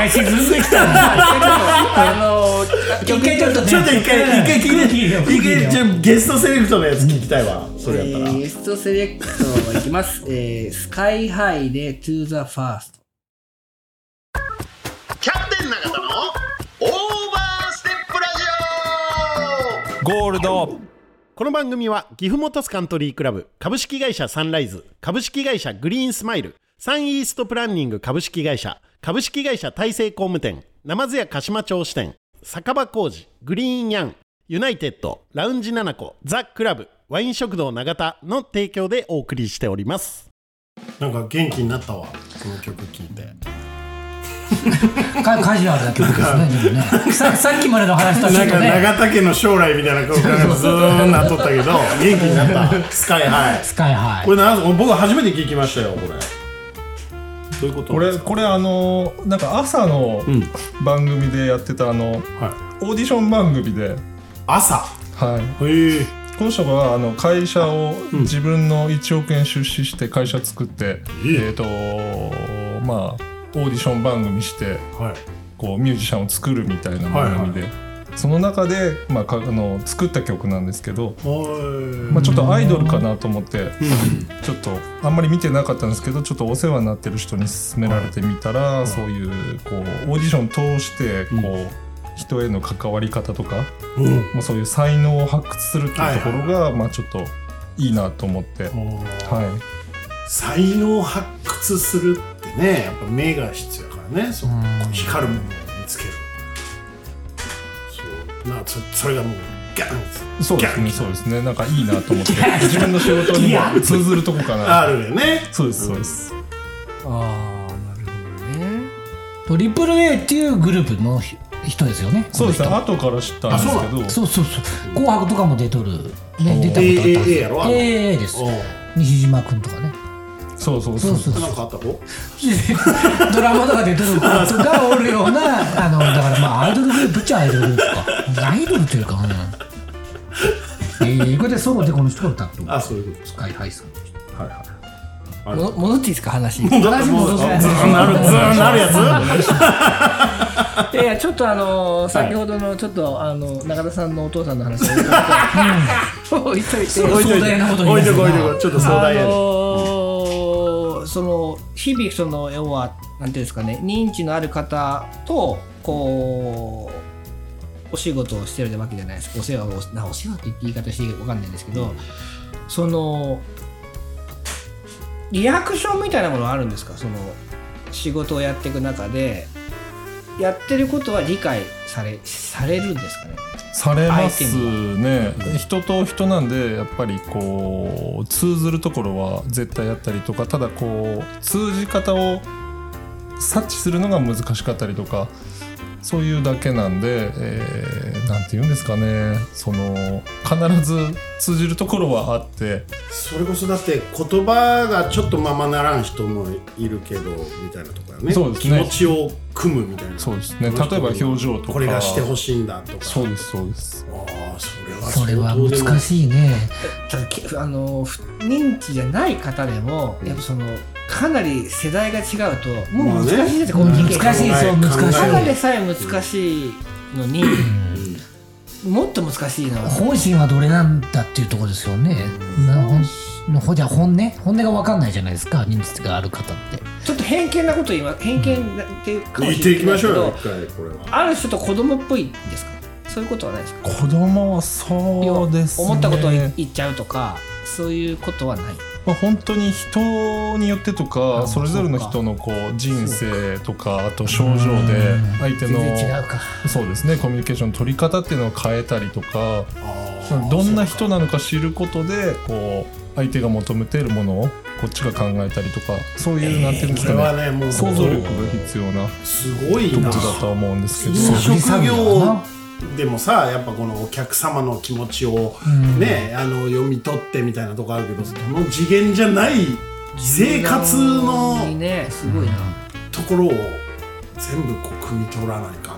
C: 沈んできた
B: あの、
C: 一回ちょっとね
A: ちょっと一回一回聞いて、
C: 空気
A: 一回じゃあゲストセレクトのやつ聞きたいわ。それやったら。
B: ゲストセレクトいきます。 えー、スカイハイで To the First。
D: キャプテン永田のオーバーステップラジオ
E: ゴールド
A: この番組は岐阜本スカントリークラブ株式会社サンライズ株式会社グリーンスマイルサンイーストプランニング株式会社株式会社大成工務店ナマズ屋鹿島町支店酒場工事グリーンヤンユナイテッドラウンジナナコザ・クラブワイン食堂永田の提供でお送りしておりますなんか元気になったわこの曲聴いて
C: カカジュアルな曲ですねでもねささっきまでの話とはち
A: な
C: ょっ
A: ん
C: と
A: か
C: ね
A: 長田家の将来みたいな顔からずーんなっとったけど元気になったスカイハイ
C: スカイハ
A: これなんす僕初めて聞きましたよこれどういうこと
E: これこれあのなんか朝の
A: ん
E: 番組でやってたあの
A: は
E: オーディション番組で、
A: 朝
E: はい、
A: へえ
E: この人があの会社を自分の1億円出資して会社作って、
A: ええ
E: えっ、とまあオーディション番組して
A: はい
E: こうミュージシャンを作るみたいな番組で、その中で、まあ、かあの作った曲なんですけど、まあ、ちょっとアイドルかなと思ってちょっとあんまり見てなかったんですけどちょっとお世話になってる人に勧められてみたら、そういうこうオーディション通してこう、人への関わり方とか、
A: うん
E: まあ、そういう才能を発掘するっていうところが、
A: は
E: まあ、ちょっといいなと思って、は
A: 才能を発掘するってねやっぱ目が必要やからねそう光るものを見つけるそうなそそれがもうガン
E: い、そうですねそうですねなんかいいなと思って自分の仕事にも通ずるとこか
A: あ
E: な
A: るよね
E: そうですそうです。
B: ああ、なるほどね。
C: トリプル A っていうグループのひ人ですよね
E: そうですね
C: この
E: 後から知ったんですけど
C: 人そうそうそう紅白とかも出とる、ね、出たことあった
A: AAA やろあの
C: AA です
A: おう
C: 西島君とか ね
E: そうそう
C: そうそう
A: なんかあったと
C: ドラマとかで出てる子とかおるような、あの、だからまあ、アイドルグループっちゃアイドルグループか。アイドルというか、うん。えー、これでソロでこの人が歌ってる
A: あそういうことです
C: スカイハイさん。
A: はいはい
B: も戻っていいですか、話。
A: 話ず
B: 戻せない
A: ーん なるずーんなるやつ
B: いやいやちょっとあのー先ほどのちょっとあの中田さんのお父さんの話をうん 置いといて
A: 置いとい
C: 壮
A: て
C: 大なこと
A: 置
C: 言
A: い
C: い
A: と
C: 出
A: こ
C: す
A: う置
C: な
A: いとこうちょっと壮
B: あ
A: 大やね
B: のーその日々その要はなんていうんですかね認知のある方とこうお仕事をしてるわけじゃないですかお世話をなお世話って言い方していいかわかんないんですけど、そのリアクションみたいなものはあるんですかその仕事をやっていく中でやってることは理解されされるんですかね
E: されますね人と人なんでやっぱりこう通ずるところは絶対あったりとかただこう通じ方を察知するのが難しかったりとかそういうだけなんで、えーなんて言うんですかねその必ず通じるところはあって
A: それこそだって言葉がちょっとままならん人もいるけどみたいなところね
E: そうですね
A: 気持ちを組むみたいな
E: そうですね
A: この人
E: 例えば表情とか
A: これがしてほしいんだとか
E: そうですそうです
A: ああそれは
C: それは
A: 相当でも
C: 難しいね。
B: ただけあのふ認知じゃない方でもやっぱそのかなり世代が違うともう難しいですよ、
C: まあね
B: コミュニケーション
C: 難しいそう難しい
A: 考え
B: た
A: 考
B: だ
A: え
B: でさえ難しいのにもっと難しいな
C: 本心はどれなんだっていうところですよね。なほんほじゃあ本音本音が分かんないじゃないですか、認知がある方って。
B: ちょっと偏見なこと言います偏見なっていうかも
A: 言っ
B: してれ
A: いきましょう
B: ない
A: よ
B: け
A: 一回これは
B: どある種と子供っぽいですかそういうことはないですか
E: 子供はそうです、ね、
B: 思ったことを言言っちゃうとかそういうことはない
E: まあ、本当に人によってと
C: あ
E: かそれぞれの人のこう人生とかあと症状で相手
C: 全然違う
E: の
C: か。
E: そうですねコミュニケーションの取り方っていうのを変えたりとかどんな人なのか知ることでこう相手が求めているものをこうこっちが考えたりとかそういう、なんていうんです
A: これ
E: か
A: は
E: ね
A: ねもう
E: 想像力が必要な
A: すごい
E: とこ
A: な
E: ろだとは思うんですけど。
A: 飲食
C: そう
A: 業でもさやっぱこのお客様の気持ちをね、あの読み取ってみたいなとこあるけどその次元じゃない生活の
B: いいねすごいな、
A: ところを全部こう汲み取らないかんだよ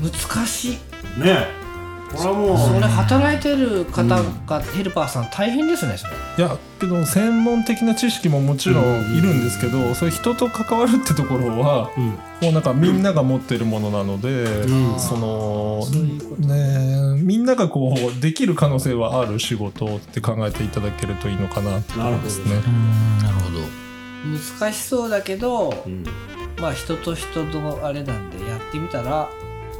B: 難しい
A: ねねこれはもう
B: それ働いてる方がヘルパーさん大変ですねそれ
E: いやけど専門的な知識ももちろんいるんですけど、そういう人と関わるってところは、
A: ん
E: もうなんかみんなが持ってるものなので、
A: うん
E: その
B: そういうこと
E: ねえみんながこうできる可能性はある仕事って考えていただけるといいのかなって思いますね。
C: うんなるほど
B: 難しそうだけど、
A: うん
B: まあ人と人のあれなんでやってみたら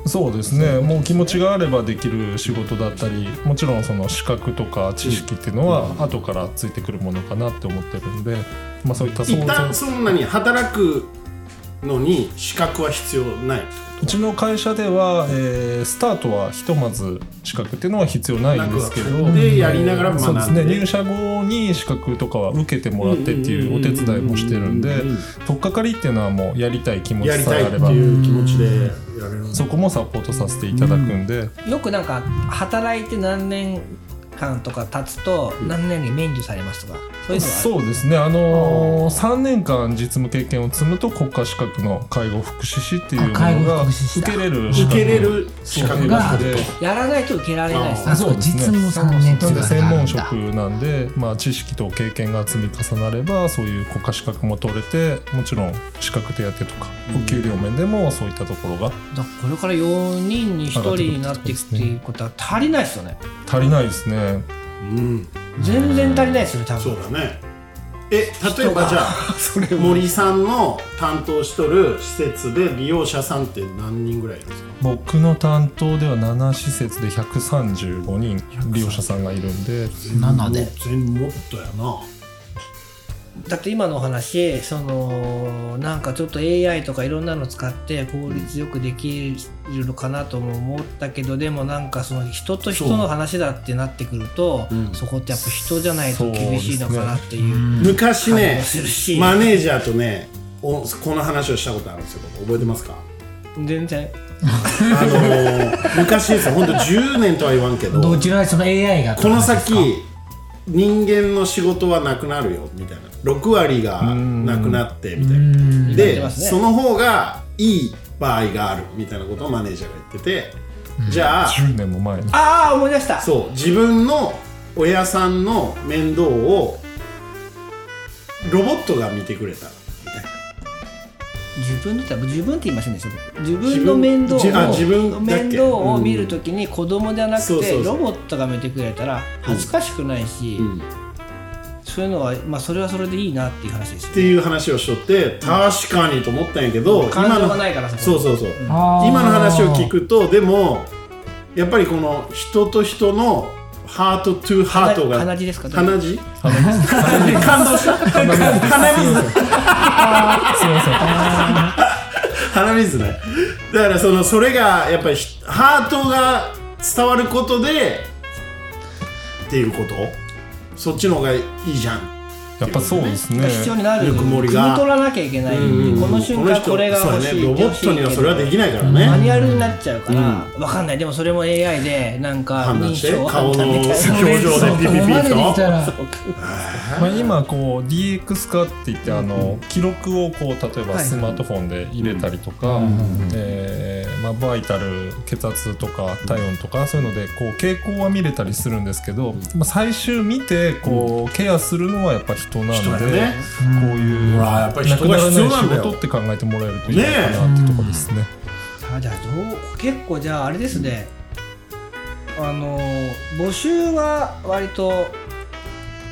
E: そうですねもう気持ちがあればできる仕事だったりもちろんその資格とか知識っていうのは後からついてくるものかなって思ってるんで、まあ、そういった想
A: 一旦
E: 像
A: そんなに働くのに資格は必要ないう
E: ちの会社では、えースタートはひとまず資格っていうのは必要ないんですけ
A: なく
E: ど
A: はでやりながら学ん
E: そう
A: で
E: ですね入社後に資格とかは受けてもらってっていうお手伝いもしてるんで
A: うんうんうんうん
E: 取っかかりっていうのはもうやりたい気持ち
A: やり
E: さ
A: た
E: え
A: いっ
E: あ
A: て
E: れば
A: いう気持ちでやれるんだ
E: そこもサポートさせていただくんで、
B: よくなんか働いて何年間とか経つと何年に免除されますとかそういうのはある
E: そうですねあのー3年間実務経験を積むと国家資格の介護福祉士っていうの
C: あ介護
E: が
C: 福祉士
E: 受
C: だ
E: けれる資
A: 受
E: 格
A: けれる資格があると。
B: やらないと受けられないです
A: あ
B: ね
C: あそう
E: そうですね
C: 実務3年
E: なんで
C: とい
E: 専
C: うのがあるん
E: 門
C: だ
E: 職なんで、まあ、知識と経験が積み重なればそういう国家資格も取れてもちろん資格手当とかお給料面でもそういったところが
B: だからこれから4人に1人になっていくっていうことは足りないですよね
E: 足りないですね
A: うん、
B: 全然足りないですよね多
A: そう
B: 分
A: だね。え、例えばじゃ あ、森さんの担当しとる施設で利用者さんって何人ぐらいいるんですか。
E: 僕の担当では7施設で135人利用者さんがいるんで
C: 7で
A: 全部もっとやな。
B: だって今のお話そのなんかちょっと AI とかいろんなの使って効率よくできるのかなとも思ったけどでもなんかその人と人の話だってなってくるとそ,、
A: ん
B: こってやっぱ人じゃないと厳しいのかなっていう
A: 昔
B: 感じも
A: ね、
B: するし、
A: マネージャーとね、おこの話をしたことあるんですよ。僕覚えてますか。
B: 全然
A: あの ー昔ですよ。本当10年とは言わんけど、
C: ど
A: こ
C: ちらにその AI が
A: の先人間の仕事はなくなるよみたいな。6割がなくなってみたいな。
C: うん
B: 言って
A: で、
B: ますね
A: その方がいい場合があるみたいなことをマネージャーが言ってて、じゃあ
E: 10年も前に
B: ああ思い出した
A: そう自分の親さんの面倒をロボットが見てくれたらみたいな
B: 自分のって自分って言いませんでした僕自分の面倒
A: 自分あ
B: を
A: 自分だっけ
B: 面倒を見るときに子供じゃな
A: そ
B: く
A: うそうそ
B: て
A: う
B: ロボットが見てくれたら恥ずかしくないし、
A: うんっ
B: そういうのは、まあ、それはそれでいいなっていう話ですよ
A: て
B: ね
A: いう話をしとって確かにと思ったんやけど
B: 感
A: 今
B: 情が
A: の
B: ないからさ
A: そうそうそう
C: あー
A: 今の話を聞くとでもやっぱりこの人と人のハートトゥハートが
B: 鼻血ですか
A: 鼻血
B: 感動した
A: 鼻水
E: すいません
A: 鼻水ねだからそのそれがやっぱりひハートが伝わることでっていうことそっちの方がいいじゃん
E: やっぱそうで すね
B: 必要にな
A: ぬ
B: る
A: くもり
B: 汲
A: が
B: み取らなきゃいけない、この瞬間
A: 人
B: これが欲し
A: そ
B: い
A: うだねロボットにはそれはできないから
B: マ
A: ね
B: ニュアルになっちゃうから、わかんないでもそれも AI でなんか
A: 判
B: 認
A: 断して
B: 証を
A: 顔の
B: 判断でき
A: 表
B: る
A: 情でピピ
C: ここまで
A: ピ
C: できた
A: と
C: ら
E: まあ、今こう DX 化って言ってあの記録をこう例えば
B: はい
E: スマートフォンで入れたりとかえーまあバイタル血圧とか体温とかそういうのでこう傾向は見れたりするんですけど、まあ、最終見てこうケアするのはやっぱ人な
A: 人だ
E: ので、
A: よね
E: こういう
A: ほらやっぱり
E: なく
A: 人が
E: ならない
A: 必要なんだ
E: 仕
A: よ
E: 事って考えてもらえるといいのかなってとこですね。
B: あじゃあどう結構じゃああれですね、あの募集は割と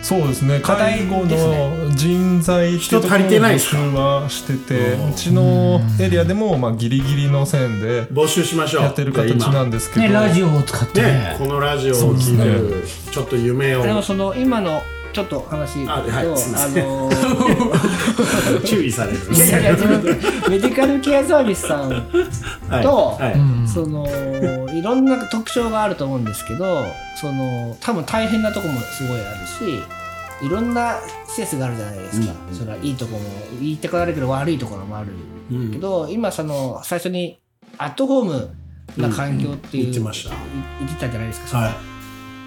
E: そうですね
B: 課題
E: 介護の人材っていうと
A: 人
E: ころを
A: 足りてない
E: 募
A: です
E: 集
A: か
E: はしてて
A: うん
E: うちのエリアでもまあギリギリの線で
A: 募集しましょう
E: やってる形なんですけど、
C: ねラジオを使って
A: ね
C: ね
A: このラジオを聞いてるちょっと夢を
B: でもその今のちょっと話
A: あ
B: だけど、
A: はいすいません
B: の
A: 注意される
B: いやいや自分でメディカルケアサービスさん
A: はい
B: と
A: は
C: う
A: い
C: ん
B: そのいろんな特徴があると思うんですけどその多分大変なとこもすごいあるしいろんな施設があるじゃないですか、それはいいとこも言いたくなるけど悪いところもある
A: うん
B: けど、今その最初にアットホームな環境っていう、
A: うん言ってました
B: い言ってたじゃないですか、その
A: は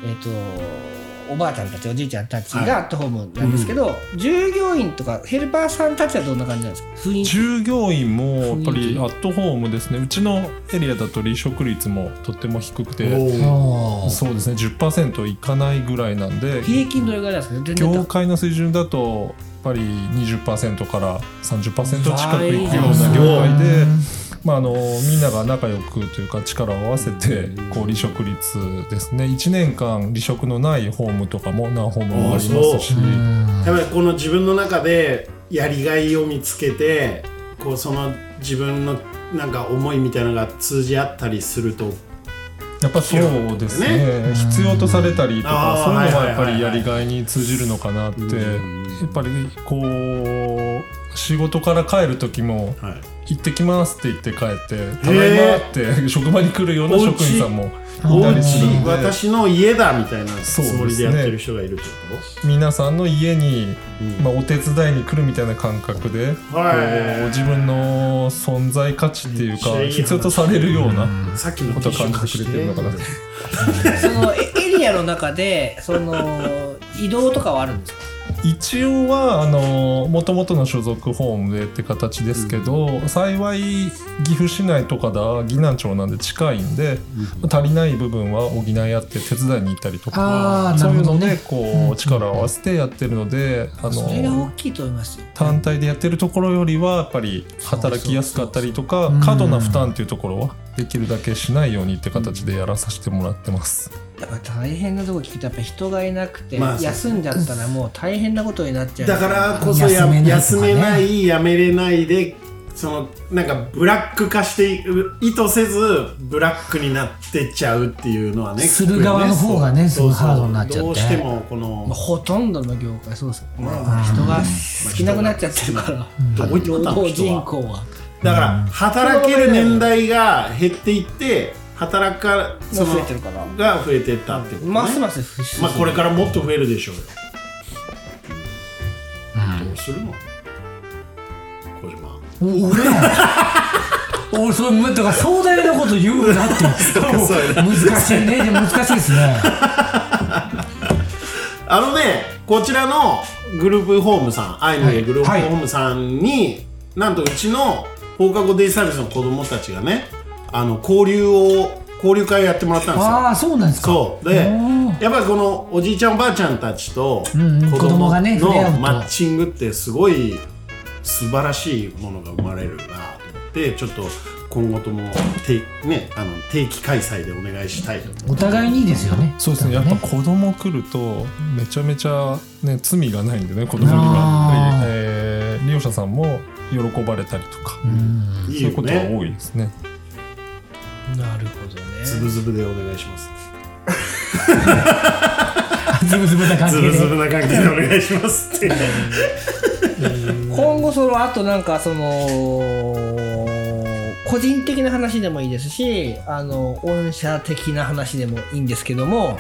B: えっ、とおばあちゃんたちおじいちゃんたちがアットホームなんですけど、従業員とかヘルパーさんたちはどんな感じなんですか雰囲気
E: 従業員もやっぱ
B: 雰囲
E: り
B: 気
E: アットホームですねうちのエリアだと離職率もとっても低くて
A: いおー
C: あ
E: そうですね10%いかないぐらいなんで
B: 平均どれぐらいなんですか全然
E: 業界の水準だとやっぱり20%から30%近くいくよう
B: そ
E: な
B: う
E: 業界で、まあ、あのみんなが仲良くというか力を合わせてこう離職率ですね1年間離職のないホームとかも何ホームもありますし
C: う。ん
A: やっぱりこの自分の中でやりがいを見つけてこうその自分のなんか思いみたいなのが通じ合ったりすると
E: やっぱそうですね必要とされたりと
A: あー
E: かそういうのがやっぱ
A: はい
E: り
A: はい
E: や
A: はいはい
E: りがいに通じるのかなってやっぱりこう仕事から帰る時も
A: はい
E: 「行ってきます」って言って帰って「ただいま」って職場に来るような職員さんも
A: お
E: いた
A: う
E: りす
A: ち
E: るんで
A: 私の家だみたいなつ
E: そうですね
A: もりでやってる人がいるってこ
E: 皆さんの家に、
A: とうん
E: まあ、お手伝いに来るみたいな感覚で
A: はい
E: こう自分の存在価値っていう
A: めっちゃい
E: か
A: い話
E: 必要とされるような
A: さっきの
E: ことを
A: ティッシュ
E: 感じ
A: 貸
E: て
A: し
E: くれてるのかな。
B: そのエエリアの中でその移動とかはあるんですか
E: 一応はあの元々の所属ホームでって形ですけど、幸い岐阜市内とかだ岐南町なんで近いんで、足りない部分は補い合って手伝いに行ったりとか
C: あーな
E: そう
C: るほ
E: いう
C: ど
E: ので
C: ね
E: こ
C: う
E: うん力を合わせてやってるので、あ
B: それが
E: の
B: 大きいと思いますよ
E: 単体でやってるところよりはやっぱり働きやすかったりと
C: そ
E: か
C: うそう
E: 過度な負担っていうところはできるだけしないようにって形でやらさせてもらってます。
B: やっぱ大変なとこ聞くとやっぱ人がいなくて、
A: まあそう
B: 休んじゃったらもう大変なことになっちゃう
A: だからこそや
C: 休めないとかね
A: 休めないやめれないでそのなんかブラック化していく意図せずブラックになってっちゃうっていうのはね
C: する側の方がね
A: そう
C: そのハードになっちゃって
A: どうしてもこの
B: まあ、ほとんどの業界そうですよね、
A: まあ
B: 人が少なくなっちゃってるから
A: どこ行っても
B: 労
A: 多分
B: 働
A: 人
B: 人
A: は
B: 口は
A: だから働ける年代が減っていって働かその
B: 増えてるから
A: が増えてったってことね
B: ますます不自
A: まあこれからもっと増えるでしょうよどうするの小島
C: お 俺ら俺それだから壮大なこと言うなって難しいねでも難しいですね
A: あのね、こちらのグループホームさん、愛の家グループホームさんに、なんとうちの放課後デイサービスの子供たちがね、あの交流を、交流会をやってもらったんですよ。
C: ああそうなんですか
A: そう。で、やっぱりこのおじいちゃんおばあちゃんたちと子
C: うんうん子
A: 供
C: 供
A: の
C: がね触れ合うと
A: マッチングってすごい素晴らしいものが生まれるなと思って、ちょっと今後とも定,、ね、あの定期開催でお願いしたいと
C: お互いにいいですよね
E: そうですねやっぱ子供来るとめちゃめちゃ、ね、罪がないんでね子供には
C: あー
E: えー利用者さんも喜ばれたりとか、
C: うん
A: いい
E: そう
A: よ
E: いうことが
A: ね。
E: 多いですね
B: なるほどね
A: ズブズブでお願いします。
C: ズブズブな関
A: ズ
C: 係
A: ブズ
C: で
A: ブな関係でお願いしますって
B: 今後そのあとなんかその個人的な話でもいいですしあの御社的な話でもいいんですけども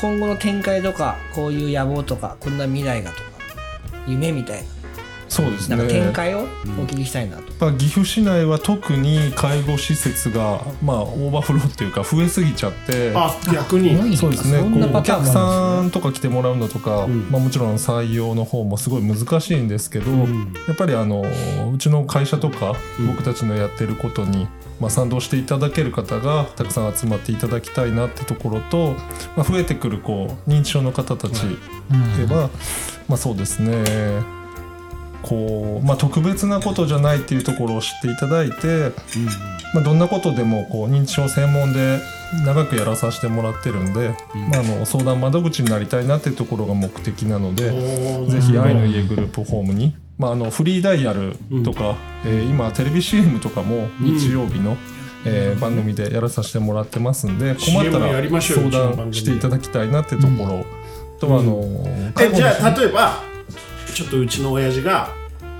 B: 今後の展開とかこういう野望とかこんな未来がとか夢みたい
E: そうです
B: な
E: ね
B: なんか展
E: やっ
B: 開をお聞きしたいなと、
E: ぱ岐阜市内は特に介護施設が、まあ、オーバーフローっていうか増えすぎちゃっ て
A: あ逆に
C: うん
E: そうですね
C: そんな
E: こう
C: パ
E: お
C: ターン
E: 客
C: も
E: さ
C: あ
E: んとか来てもらうのとか、
A: うん
E: まあ、もちろん採用の方もすごい難しいんですけど、
A: ん
E: やっぱりあのうちの会社とか、
A: うん
E: 僕たちのやってることに、まあ、賛同していただける方がたくさん集まっていただきたいなってところと、まあ、増えてくるこう認知症の方たち
C: るんです
E: で
C: よ
E: は、まあ、そうですねこう、まあ、特別なことじゃないっていうところを知っていただいて、まあ、どんなことでもこう認知症専門で長くやらさせてもらってるんで、まあ、あの相談窓口になりたいなっていうところが目的なので、ぜひ愛の家グループホームに、まあ、あのフリーダイヤルとか、えー今テレビ CM とかも日曜日の、えー番組でやらさせてもらってますんで困った
A: CM やりま
E: ら
A: しょうようち
E: 相
A: の番組
E: 談していただきたいなってところと、あの
A: えじゃあ例えばちょっとうちの親父が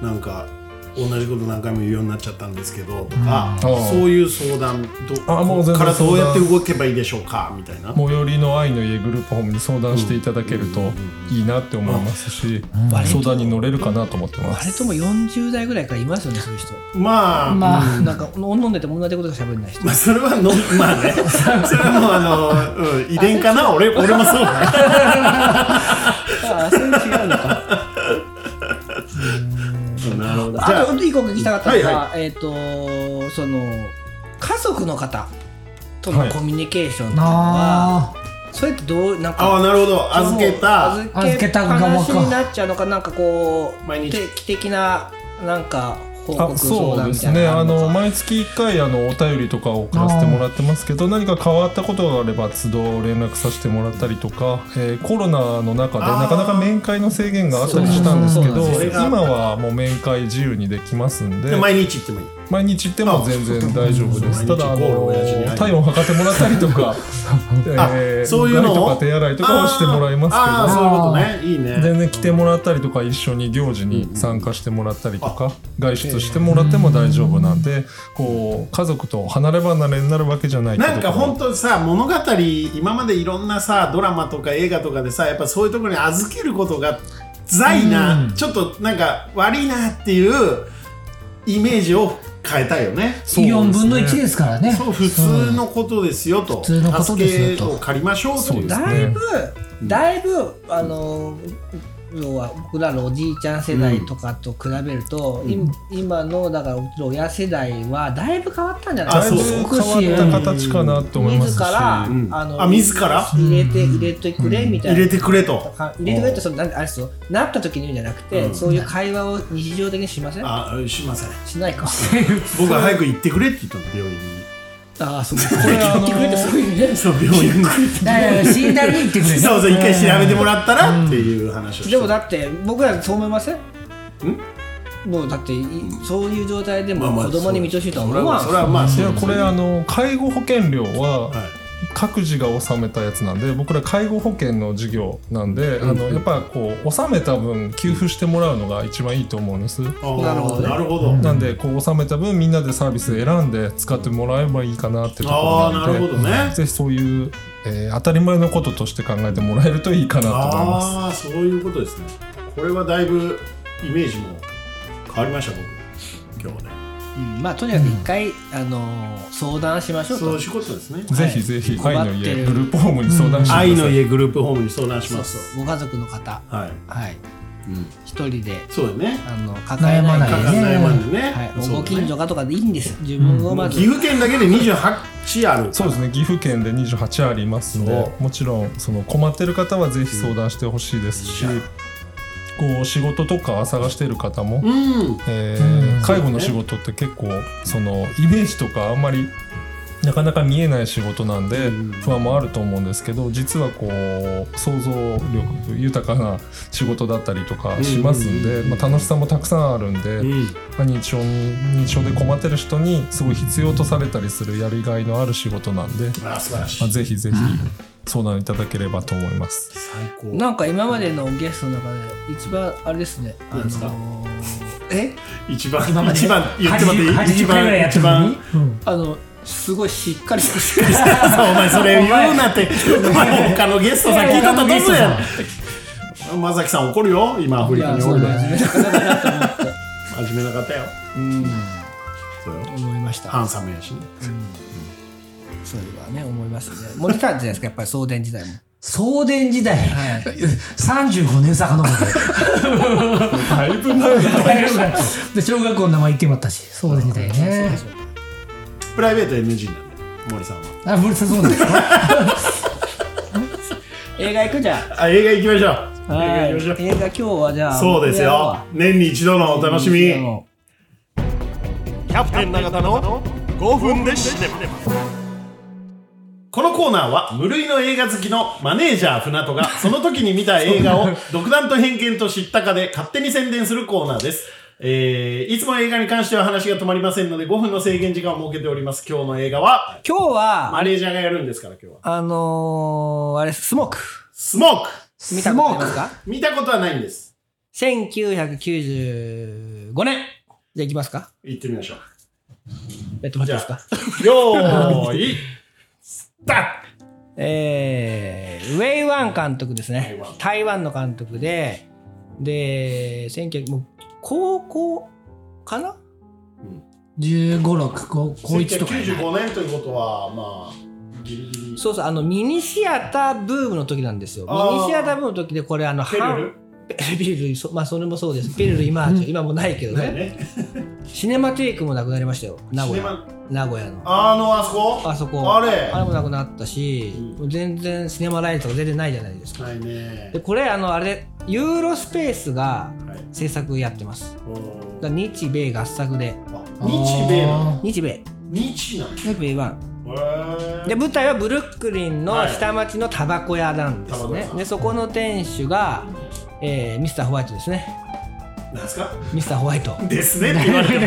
A: なんか同じこと何回も言うようになっちゃったんですけどとか、
E: うんああ
A: そういう相談
E: あもう
A: ど
E: 全然
A: からどうやって
E: 相談
A: 動けばいいでしょうかみたいな。
E: 最寄りの愛の家グループホームに相談していただけるといいなって思いますし、相談に乗れるかなと思ってま
B: あれ
E: す。
B: とも40代ぐらいからいますよねそういう人
A: まあ、
C: まあ
B: なんか飲んでても同じことしか喋れない人
A: まあそれはの まあねそれはもうあの、うん、遺伝かな俺俺もそうだ
B: ああそれ違うのか
A: なるほどじ
B: あ
A: ゃ
B: と
A: あ
B: 一個聞きたかったのが、
A: は
B: えっ、とその家族の方との
E: はい
B: コミュニケーションっていうのは、
C: あ
B: それってどうなん
A: あ
B: か
A: あなるほど預けた
B: そう預
C: 預
B: け
C: け
B: た
C: た
B: 話
C: 側か
B: になっちゃうのかなんかこう
A: 毎日
B: 定期的ななんか報
E: あ
B: 告相
E: そう
B: 談
E: で
B: みた
E: す
B: い
E: ね
B: な
E: あ
B: る
E: の
B: か
E: 毎月1回あのお便りとかを送らせてもらってますけど何か変わったことがあれば都度連絡させてもらったりとか、えーコロナの中で
A: あー
E: なかなか面会の制限があったりしたんですけ
B: そうそう
E: ど
A: そうそう
E: 今はもう面会自由にできますんで
A: で毎日行ってもいい
E: 毎日行っても全然大丈夫で
A: あ
E: すただあ
A: 毎日ゴール
E: の
A: 親父に会いに
E: 体温測ってもらったりと か、えー
A: そういうのを
E: うがとか手洗いとかをしてもらいますけど
A: ああそういうことねいいね
E: 全然来てもらったりとか一緒に行事に参加してもらったりとか外出してもらっても大丈夫なんでこう家族と離れ離れになるわけじゃないって
A: なん
E: と
A: か
E: ころ
A: 本当さ物語今までいろんなさドラマとか映画とかでさやっぱそういうところに預けることが罪な、ちょっとなんか悪いなっていうイメージを変えたいよね
C: 4分の1ですからね
A: そう普通のことですよと、
C: 普通のことですよ
A: 助
C: と
A: けを借りましょうと
E: そう
A: いう
E: ですね
B: だいぶ、だいぶあの要は僕らのおじいちゃん世代とかと比べると、い今のだからうちの親世代はだいぶ変わったんじゃない
A: あ
E: だい
A: そう
E: ぶ
A: そう
E: 変わった形かなと思いますし
B: 自ら、
A: うん
B: あの
A: あ自ら
B: 入れて入れてくれみたい
A: 入
B: な、
A: れてくれと
B: か入れてくれってそのなんあれですよなった時に言うんじゃなくて、
A: うん
B: そういう会話を日常的にしません
A: あしません
B: しないか
A: 僕は早く行ってくれって言ったの病院に
B: ああそうこれ言ってくれってそういう意味ね
A: そう 病院に
C: だから死んだりに行ってくれる
A: そうそう一回調べてもらったらっていう話をして
B: でもだって僕らそう思いません
A: ん
B: もうだっていそういう状態で
A: まあ
B: も
A: まあ
B: 子供に見てほしいとは
A: そ
B: 思
A: れ
B: わん、
A: はそれはまあ
E: い
A: そう
E: や
A: です
E: これあの介護保険料は
A: はい
E: 各自が納めたやつなんで僕ら介護保険の事業なんで、あのやっぱこう納めた分給付してもらうのが一番いいと思うんです。
A: あー
B: なるほどね
A: なるほど、
E: なんでこう納めた分みんなでサービス選んで使ってもらえばいいかなってとこ
A: あ
E: ろ
A: あ
E: な
A: な
E: の
A: る
E: で
A: ほどね
E: ぜひそういう、えー当たり前のこととして考えてもらえるといいかなと思います。
A: ああーそういうことですねこれはだいぶイメージも変わりました僕今日はね
B: うんまあとにかく一回、あのー相談しましょう
A: そう
B: と
A: いうことですね
B: あ
E: ぜひぜひ、
B: はい
E: 愛の
B: 困って
E: 家
B: る
E: グループホームに相談してください。
A: 愛の家グループホームに相談し
B: そう
A: ます
B: そうご家族の方
A: はい、
B: はい
A: うん、
B: 一人で
A: そうだね
B: あの抱えない
C: 悩ま
A: か
C: ない
A: かんないまでね、そ
B: はい、
A: うだ
B: ご
A: ね
B: 近所がとかでいいんですよ自分をまず、
A: 岐阜県だけで28ある
E: そうですね岐阜県で28ありますので
A: そ
E: もちろんその困ってる方はぜひ相談してほしいですし、
A: うん
E: こう仕事とか探してる方も、
A: うん
E: えー
C: うん
E: 介護の仕事って結構そのイメージとかあんまりなかなか見えない仕事なんで
A: うん
E: 不安もあると思うんですけど実はこう想像力豊かな仕事だったりとかしますんで、
A: うん
E: まあ、楽しさもたくさんあるんで、
A: う
E: ま
A: ん
E: あ、認知症に認知症で困ってる人にすごい必要とされたりするやりがいのある仕事なんで、
A: あー素晴らし
E: まあ、
A: い
E: ぜひぜひ相談いただければと思います。
A: 最高
B: なんか今までのゲストの中で一番あれですねあ
A: 何
B: の
A: ですか
B: ーえ
A: 一番
C: 今まで
A: 一番言ってもらっていい
C: 80
A: 一
C: 回ぐらい
A: 番
C: やっ
A: 一
C: てるの
A: 番
C: に、うん
B: あのすごいしっかりとして
A: お前それ言うなってお前他のゲストさん聞いとったと思うやんまさきさん怒るよ今アフリカにおるの真
B: 真面目な方だなと思っ
A: 面
B: て
A: 目な方よそうよ
B: 思いました
A: ハンサムやしね
B: それはね思いますねモニターじゃないですかやっぱり送電時代も
C: 送電時代、35年遡って
E: だいぶ前だ
C: で小学校の名前言ってもらったし送電時代ね
A: プライベート NG なんで森さんは
C: あ森さんそうなんですか
B: 映画行くじゃん
A: あ映画行きましょう映
B: は
A: 画
B: い
A: 行きましょ
B: 映画今日はじゃ
A: う
B: あ
A: そうですよ年に一度のお楽しみ
B: いいよ
A: キャプテン永田の5分でシネマこのコーナーは無類の映画好きのマネージャー船戸がその時に見た映 画を独断と偏見と知ったかで勝手に宣伝するコーナーです。えー、いつも映画に関しては話が止まりませんので5分の制限時間を設けております。今日の映画は
B: 今日は
A: マネージャーがやるんですから今日は。
B: あのー、あれスモーク
A: スモーク
B: 見たことありますか
A: 見たことはないんです。
B: 1995年じゃあ行きますか
A: 行ってみましょう。
B: やってもらっていいですか
A: よーい、
B: えーウェイワン監督ですね台湾の監督でで1900もう高校かな
C: 1 5 6高高一とかやな
A: 1995年ということは、まあ、ギリギリ。
B: そうそうあのミニシアターブームの時なんですよ
A: あー
B: ミニシアターブームの時でこれあの
A: ペ
B: ハン
A: ルル
B: ピルルそまあそれもそうで すピルル今はちょ今もうないけど
A: だよ
B: ね
A: ね。
B: シネマテイクもなくなりましたよ名
A: シ
B: 古
A: ネ
B: 屋
A: マ
B: 名古屋の
A: あの、あそこ
B: あそこ
A: あれ
B: もなくなったし、全然シネマラインとか全然ないじゃないですか
A: ないね
B: で。これあのあれユーロスペースが
A: はい
B: 制作やってます
A: お
B: だ
A: ー
B: から日米合作で
A: あ日米なの
B: 日米
A: 日なん
B: 日米は
A: へ
B: で
A: ー
B: 舞台はブルックリンの下町のタバコ屋なんです
A: はい
B: ね、
A: タバコ屋
B: でそこの店主が、えーミスターホワイトですね
A: なんですか
B: ミスターホワイト
A: ですねって言われてもこ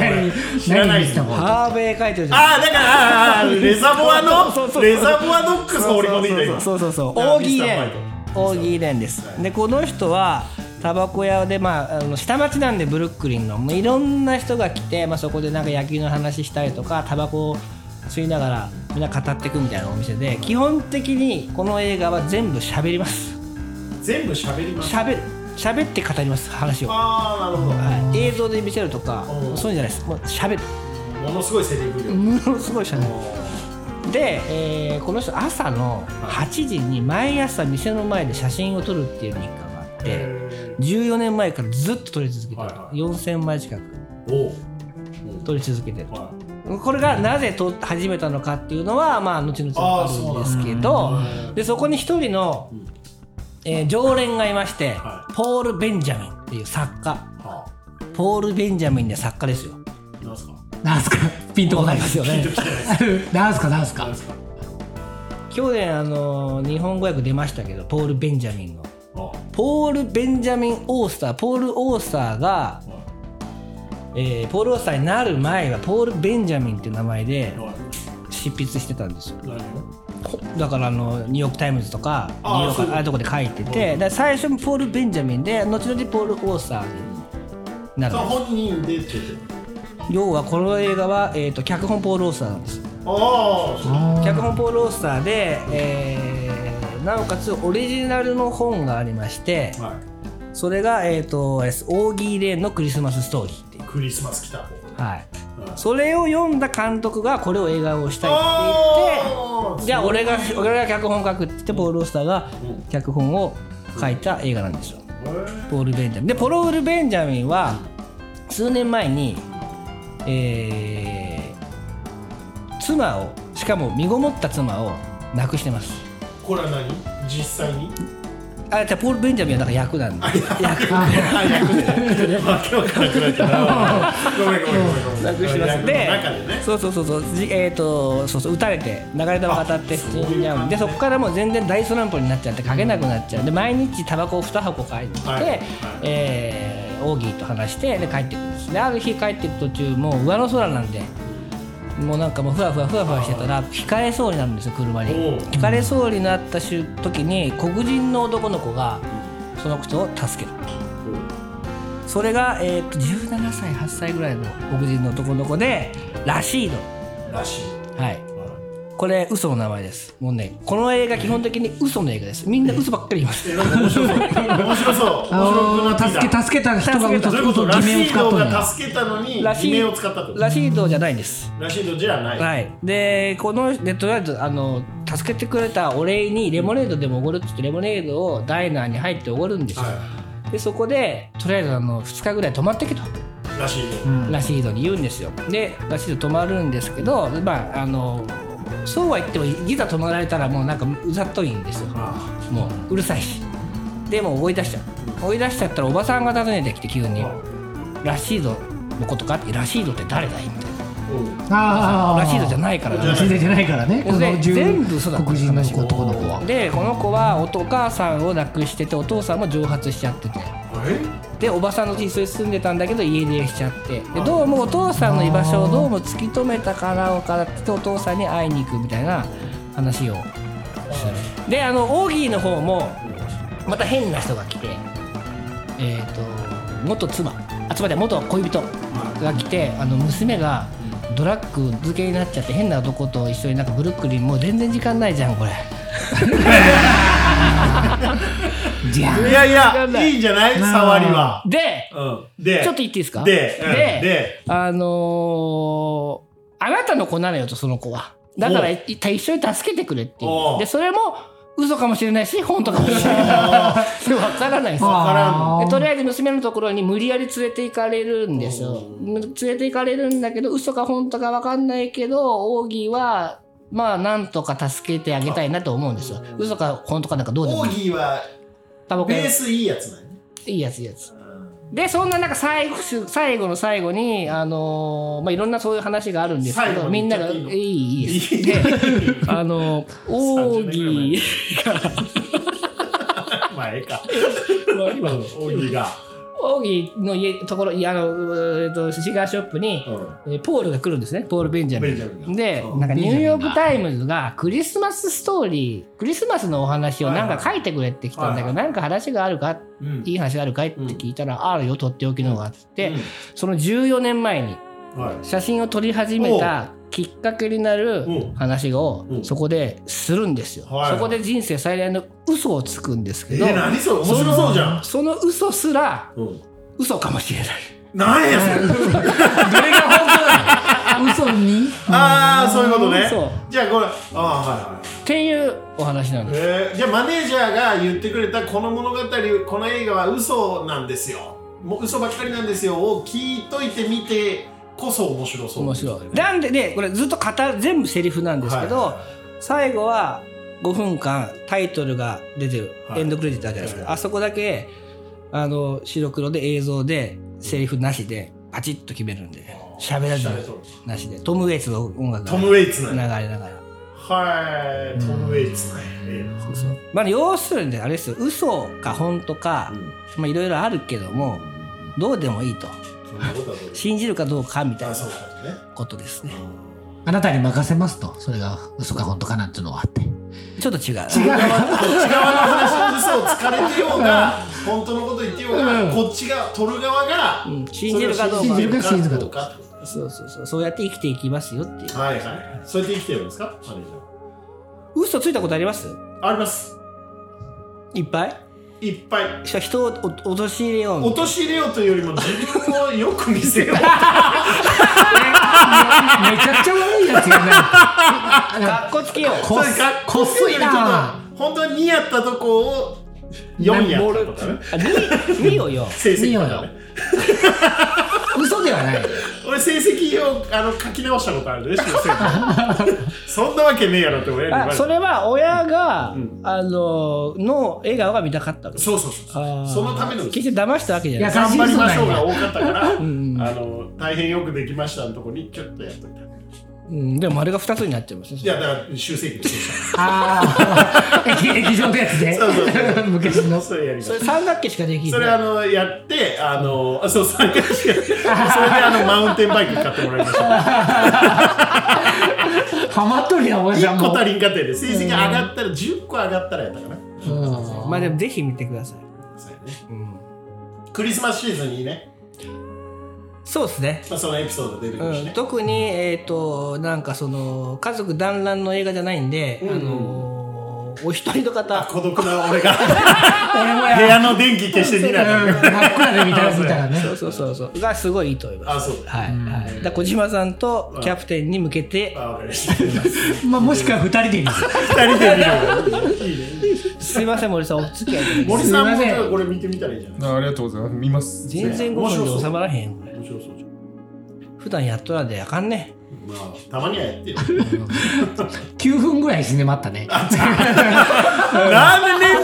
A: れ知らない
C: 何見たの
B: ハーベイ書いてるじゃん
A: ああだからあーあーレザボアのレザボアノックスを織り込んでいた今
B: そうそうそう
A: だから
B: 大木
A: ミスターホワイ
B: 蓮大木蓮ですでこの人はタバコ屋で、まあ、あの下町なんでブルックリンのもういろんな人が来て、まあ、そこでなんか野球の話したりとかタバコを吸いながらみんな語っていくみたいなお店で基本的にこの映画は全部喋ります
A: 全部喋ります
B: 喋る喋って語ります話を、は
A: ああなるほ
B: い、映像で見せるとか
A: うん
B: そういうんじゃないですもう喋る
A: どものすごいセリフ量
B: ものすごい喋るで、えーこの人朝の8時に毎朝店の前で写真を撮るっていう日課があって
A: へ
B: 14年前からずっと撮り続けてる、
A: はいはい
B: 4000枚近く
A: ーおう
B: 撮り続けてる
A: は
B: これがなぜ撮始めたのかっていうのはまあ後々
A: あー
B: わかるんですけどでそこに一人の、えー常連がいまして、
A: は
B: ポール・ベンジャミンっていう作家
A: いは
B: ポール・ベンジャミンで作家ですよ
A: あなんすか
C: なんすかピンとこない
B: ですよ ね
C: なんすかなんす
A: なん
C: か
A: すか
B: 去年あのー日本語訳出ましたけどポール・ベンジャミンの
A: あ
B: ポール・ベンジャミン・オースターポール・オースターが、えーポール・オースターになる前はポール・ベンジャミンっていう名前で
A: はい
B: 執筆してたんですよ
A: なるほ
B: だからあのニューヨーク・タイムズとかニュ
A: あー
B: ーヨーク
A: そう
B: ああいうとこで書いててで最初にポール・ベンジャミンで後々ポール・オースターにな
A: ど
B: る
A: それ本人でって言ってる
B: 要はこの映画は、えー、と脚本ポール・オースターなんです
A: ああそう
B: 脚本ポール・オースターで、えーなおかつオリジナルの本がありまして
A: はい
B: それが、えー、とオーギー・レーンのクリスマスストーリーっていう
A: クリスマス来た
B: はい、
A: うん
B: それを読んだ監督がこれを映画をしたいって言っ
A: あ
B: て
A: あ
B: じゃあ俺が俺が脚本書くって言ってポール・オースターが脚本を書いた映画なんですよポール・ベンジャミンでポロール・ベンジャミンは数年前にえー妻をしかも身ごもった妻を亡くしてます
A: これは何実際 に
B: あじゃあポール・ベンジャミンはなんか役なんで役
A: あ、役で。わけわからなくなっちゃっ た。ごめんごめんごめんごめん。
B: なくしま
A: 中
B: すで
A: でね。
B: そうそうそうそうじえっ、とそうそう打たれて流れ玉当たって死んじゃうんで
A: あ
B: そ
A: そういう感じね
B: こからもう全然大スランプになっちゃって書けなくなっちゃうで毎日タバコを2箱買いに行って、
A: はいはい
B: えーオーギーと話してで帰ってくるんですである日帰ってる途中もう上の空なんでもうなんかもうふわふわふわふわしてたらひかれそうになるんですよ車に
A: おう
B: ひかれそうになった瞬時に黒人の男の子がその人を助けるそれが、えー、と17歳8歳ぐらいの黒人の男の子でラシード
A: らしい。
B: はい。これ嘘の名前です。もうね、この映画基本的に嘘の映画です。みんな嘘ばっかり言います。
A: え、なんか面 白そう。面白そう。 面白
C: あ
A: くな
C: の
A: ってき
C: 助け
A: た。
C: 助けた人が
A: という
C: 歌
A: こ
C: うことと
A: ラ
C: 偽
A: シ
C: 名を
A: ー
C: 使っ
A: ド
C: とん
A: が
C: や
A: 助けたのに
B: ラシ
A: 偽名
B: ー
A: を使ったと。
B: ラシードじゃないんです。
A: ラシードじゃない。
B: はい。で、この、で、とりあえず、あの、助けてくれたお礼にレモネードでもおごるって言って、レモネードをダイナーに入っておごるんですよ。
A: は
B: で、そこで、とりあえず、あの、2日ぐらい泊まってけと、
A: い。ラシー
B: ラシードに言うんですよ。で、ラシード泊まるんですけど、まあ、あの、そうは言っても、いざ泊まられたら、もうなんかうざっといんですよ。もううるさいしでもう追い出しちゃう追い出しちゃったらおばさんが訪ねてきて急に「ラシードのことか?」って「ラシードって誰だい?」みたい
A: ド。うん
C: あ
B: な「
C: あ
B: ラシードじゃないから」
C: ラシードじゃないからねこ
B: で
C: の十
B: 全部嘘だった
C: 黒人の子男の子は
B: でこの子はおお母さんを亡くしててお父さんも蒸発しちゃっててでおばさんの家にそれ住んでたんだけど家出しちゃってでどうもお父さんの居場所をどうも突き止めたからかってお父さんに会いに行くみたいな話をするであのオーギーの方もまた変な人が来てえっ、と元妻あつまり元恋人が来てあの娘がドラッグ漬けになっちゃって変な男と一緒になんかブルックリンもう全然時間ないじゃんこれじゃん
A: いやいや、いいんじゃない触りは。
B: で
A: うん。で、
B: ちょっと言っていいですか
A: で、うん
B: で
A: で、
B: あのーあなたの子なのよとその子はだから
A: お
B: い一緒に助けてくれってい
A: お
B: う
A: う
B: でそれも嘘かもしれないし本当かもし れないでわからないんですよ
A: からん
B: でとりああえず娘のところに無理やり連れて行かれるんですよ連れて行かれるんだけど嘘か本当か分かんないけどオーギーはまあなんとか助けてあげたいなと思うんですよ嘘か本当かなんかどうで
A: オ
B: もい
A: ー
B: い
A: ギーは
B: タバコ
A: ベ
B: や
A: ースいいやつなんやね。
B: いいやついいやつでそんななんか最後最後の最後に、あのーまあ、いろんなそういう話があるんですけ
A: 最後
B: ど
A: に
B: みんなが「い
A: 言っちゃってい
B: いいいです
A: いい
B: であのーオーギ
A: まあ、ええか。今のオーギーが。
B: ーオーギーの家ところいやあのうーえっとシガーショップに、
A: う
B: えーポールが来るんですねポール・ベンジャミ
A: ベ
B: ン
A: ンジャミンが
B: で
A: うん
B: なんかニューヨーク・タイムズがクリスマスストーリークリスマスのお話をなんか書いてくれって来たんだけど、
A: はい
B: なんか話があるか
A: ん。
B: いい話あるかいって聞いたら、あるよとっておきのがあって、
A: うん
B: その14年前に
A: はい。
B: 写真を撮り始めたきっかけになる
A: うん
B: 話を
A: うん
B: そこでするんですよ、
A: はいはい
B: そこで人生最大の嘘をつくんですけ
A: え
B: ど、
A: ー、何それ面白そうじゃん。
B: その嘘すら
A: うん。
B: 嘘かもしれない
A: なんやそれ。
B: どれが本当だ 嘘に
A: ああ、そういうことね
B: そう。
A: じゃあ、これ、ああ、はいはい。
B: っていうお話なんです
A: えーじゃあマネージャーが言ってくれたこの物語この映画は嘘なんですよもう嘘ばっかりなんですよを聞いといてみてこそ面白そう
B: 面白いなんでねこれずっと語る全部セリフなんですけど、
A: は
B: 最後は5分間タイトルが出てる、
A: はい
B: エンドクレジットあるじゃないです
A: はい
B: かあそこだけあの白黒で映像でセリフなしでパチッと決めるんで喋らず
A: 喋らず
B: なしでトム・ウェイツの音楽が
A: トム・ウェイツ
B: 流
A: な
B: れ
A: んや
B: ながら。
A: はいトム・ウェイツなんやええな
B: そうそうまあ、要するにあれですよ嘘か本当か、まあ、いろいろあるけどもどうでもいいと
A: そんなことはどうです
B: 信じるかどうかみたい
A: あ
B: な
A: そうだね
B: ことですねう
C: あなたに任せますとそれが嘘か本当かなんていうのはあって
B: ちょっと
A: 違
B: 違う
A: う話嘘をつかれてようが本当のこと言ってようが、こっちが取る側が、
B: うん信じるかどうか
A: それを
C: 信じるか信じるかどう
A: かってこ
B: そうそうそうそうやって生きていきますよっていう
A: とはいはいそうやって生きてるんですかマネージャ
B: 嘘ついたことあります
A: ーあります
B: いっぱい
A: いっぱい
B: 人人をお陥れようみたいな
A: 陥れようというよりも自分をよく見せよう
B: めちゃくちゃ悪いやつやなかっこつけよう
A: ここっそりちょっと本当に2やったとこを4やったとかね
B: 見 よよ
A: 成績とかね
B: 嘘ではない
A: 俺成績をあの書き直したことあるでしょ そんなわけねえやろって親に言わ
B: あ
A: れ
B: そ
A: た
B: れは親が、
A: ん
B: あのの笑顔が見たかったの
A: そうそうそうそ
B: あー
A: のための
B: 決して騙したわけじゃない
C: 優しい
A: 頑張りましょう
C: 嘘な
A: が
C: んや
A: 多かったから、
B: ん
A: あの大変よくできましたのとこにちょっとやっといたい
B: うん、でもあれが2つになっちゃいますね
A: やだから修正期でし
C: ああ液状のやつで
A: そうそうそう
C: 昔の
A: たそれやりまし
B: そ
A: た
B: れ三学期しかでき
A: そ
B: ない
A: れあのやってあのあそう参加してそれであのマウンテンバイク買ってもらいました
C: ハマっとるやんおじゃん
A: 1個
C: もう
A: 足りんかったよね成績上がったら10個上がったらやったかな
B: まあでもぜひ見てください、
A: そうやね
B: うん、
A: クリスマスシーズンにね、
B: そうですね
A: まあ、そのエピソード出てくるし
B: うん、
A: ね、
B: 特に、えっとなんかその家族団らんの映画じゃないんで、
A: うん
B: あのーお一人の
A: あ
B: 方
A: 孤独な俺が
C: 俺も
A: 部
C: や
A: 屋の電気消してみな
C: うん
A: いと
C: 真っ暗で見たら見たらね
B: そうそうそうそうがすごいいいと思います。
A: あそうだ
B: はいはい、だから小島さんとキャプテンに向けて
A: あわかりました
C: まあもしくは二人で見る
A: 2人で見るのいいねいいね
B: すいません森さんお付き合いいただいて
A: 森さんも
C: すいませ
A: これ見てみたらいいじゃない
E: あありがとうございます見ます
B: 全然5分で収まらへんよこれ
A: 面白そうじゃん
B: 普段やっとらんであかんね
A: まあたまにはやってよ
C: 9分ぐらい死んでまったね
A: なんで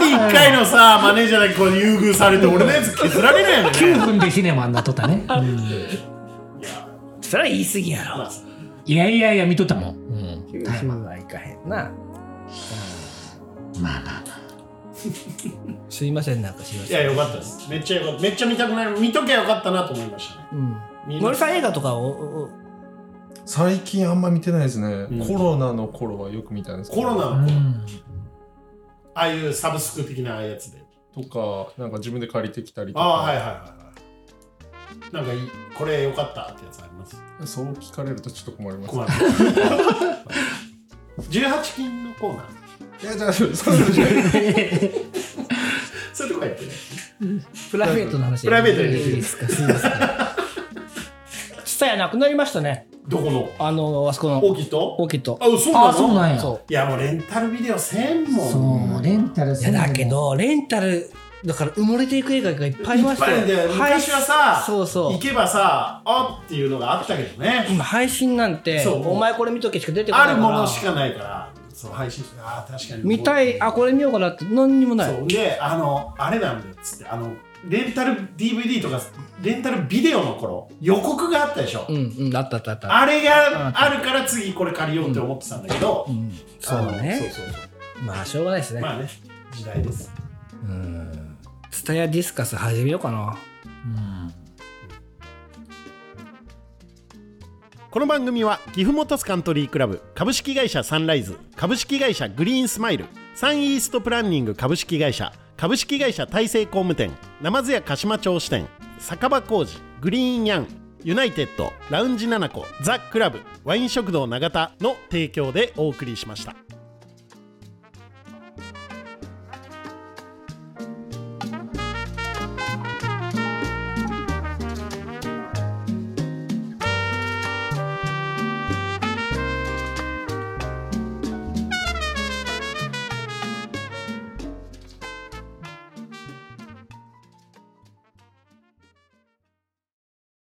A: 年に1回のさマネージャーだけこう優遇されて俺のやつ削られないよね
C: 9分でシネマになっとったね、うん
A: いや
B: それは言い過ぎやろ
A: まあ
C: いやいやいや見とったもん、うん
B: 九分はいかへんな、まあまあすいませんなんかすいま
A: い
B: せん、
A: やよかったですめっちゃよかっためっちゃ見たくなる見とけばよかったなと思いましたね
B: うん、
A: 見ま
B: 森
A: した
B: さん映画とかを
E: 最近あんま見てないですね、
A: うん
E: コロナの頃はよく見たんですけ
A: コ
E: ど
A: ロナ
C: う
A: の頃
C: ん
A: ああいうサブスク的なやつで
E: とかなんか自分で借りてきたりと
A: ああはい
E: か
A: はいはいはいなんかいいこれ良かったってやつあります
E: そう聞かれるとちょっと困ります
A: 困る18金のコーナー
E: いやじゃあそうそうじゃない
A: そういうとこやってね
F: プライベートの話
A: プライベートででき
F: い
A: る
F: いですかすいません
B: ちさやなくなりましたね。
A: どこの
B: あの、あそこの、
A: オキと
B: オキと。
A: あそう
C: あ
A: な
C: あ、そう
A: の
C: なんや。
B: そ
A: いやもうレンタルビデオ1000もん
C: そう、レンタル
B: い
C: す
B: や
C: るの
B: だ
C: も
B: け。ど、レンタル、だから埋もれていく映画がいっぱいありました
A: いっぱいあるんだよ昔はさ
B: そう
A: 行
B: そ
A: けばさあっていうのがあったけど
B: う。
A: ね
B: 今、配信なんて、
A: そう
B: お前これ見とけしか出てこない
A: あ
B: から。
A: るものしかないからそう配信してああ確かに
B: 見たい、あ、これ見ようかなって、何にもない。
A: そうであのあれなんだよっつってあのレンタル DVD とかレンタルビデオの頃予告があったでしょ、
B: うん、うん、あったあったあった。
A: あれがあるから次これ借りようって思ってたんだけど、
B: うん、そう
A: あの
B: ね。
A: そうそうそ
B: まあ、しょうがないですね
A: う。まあね時代です
B: うん。ツタヤディスカス始めようかな。
C: うん。
A: この番組は岐阜本スカントリークラブ株式会社サンライズ株式会社グリーンスマイルサンイーストプランニング株式会社株式会社大成工務店ナ津屋鹿島町支店酒場工事グリーンヤンユナイテッドラウンジナナコザ・クラブワイン食堂永田の提供でお送りしました。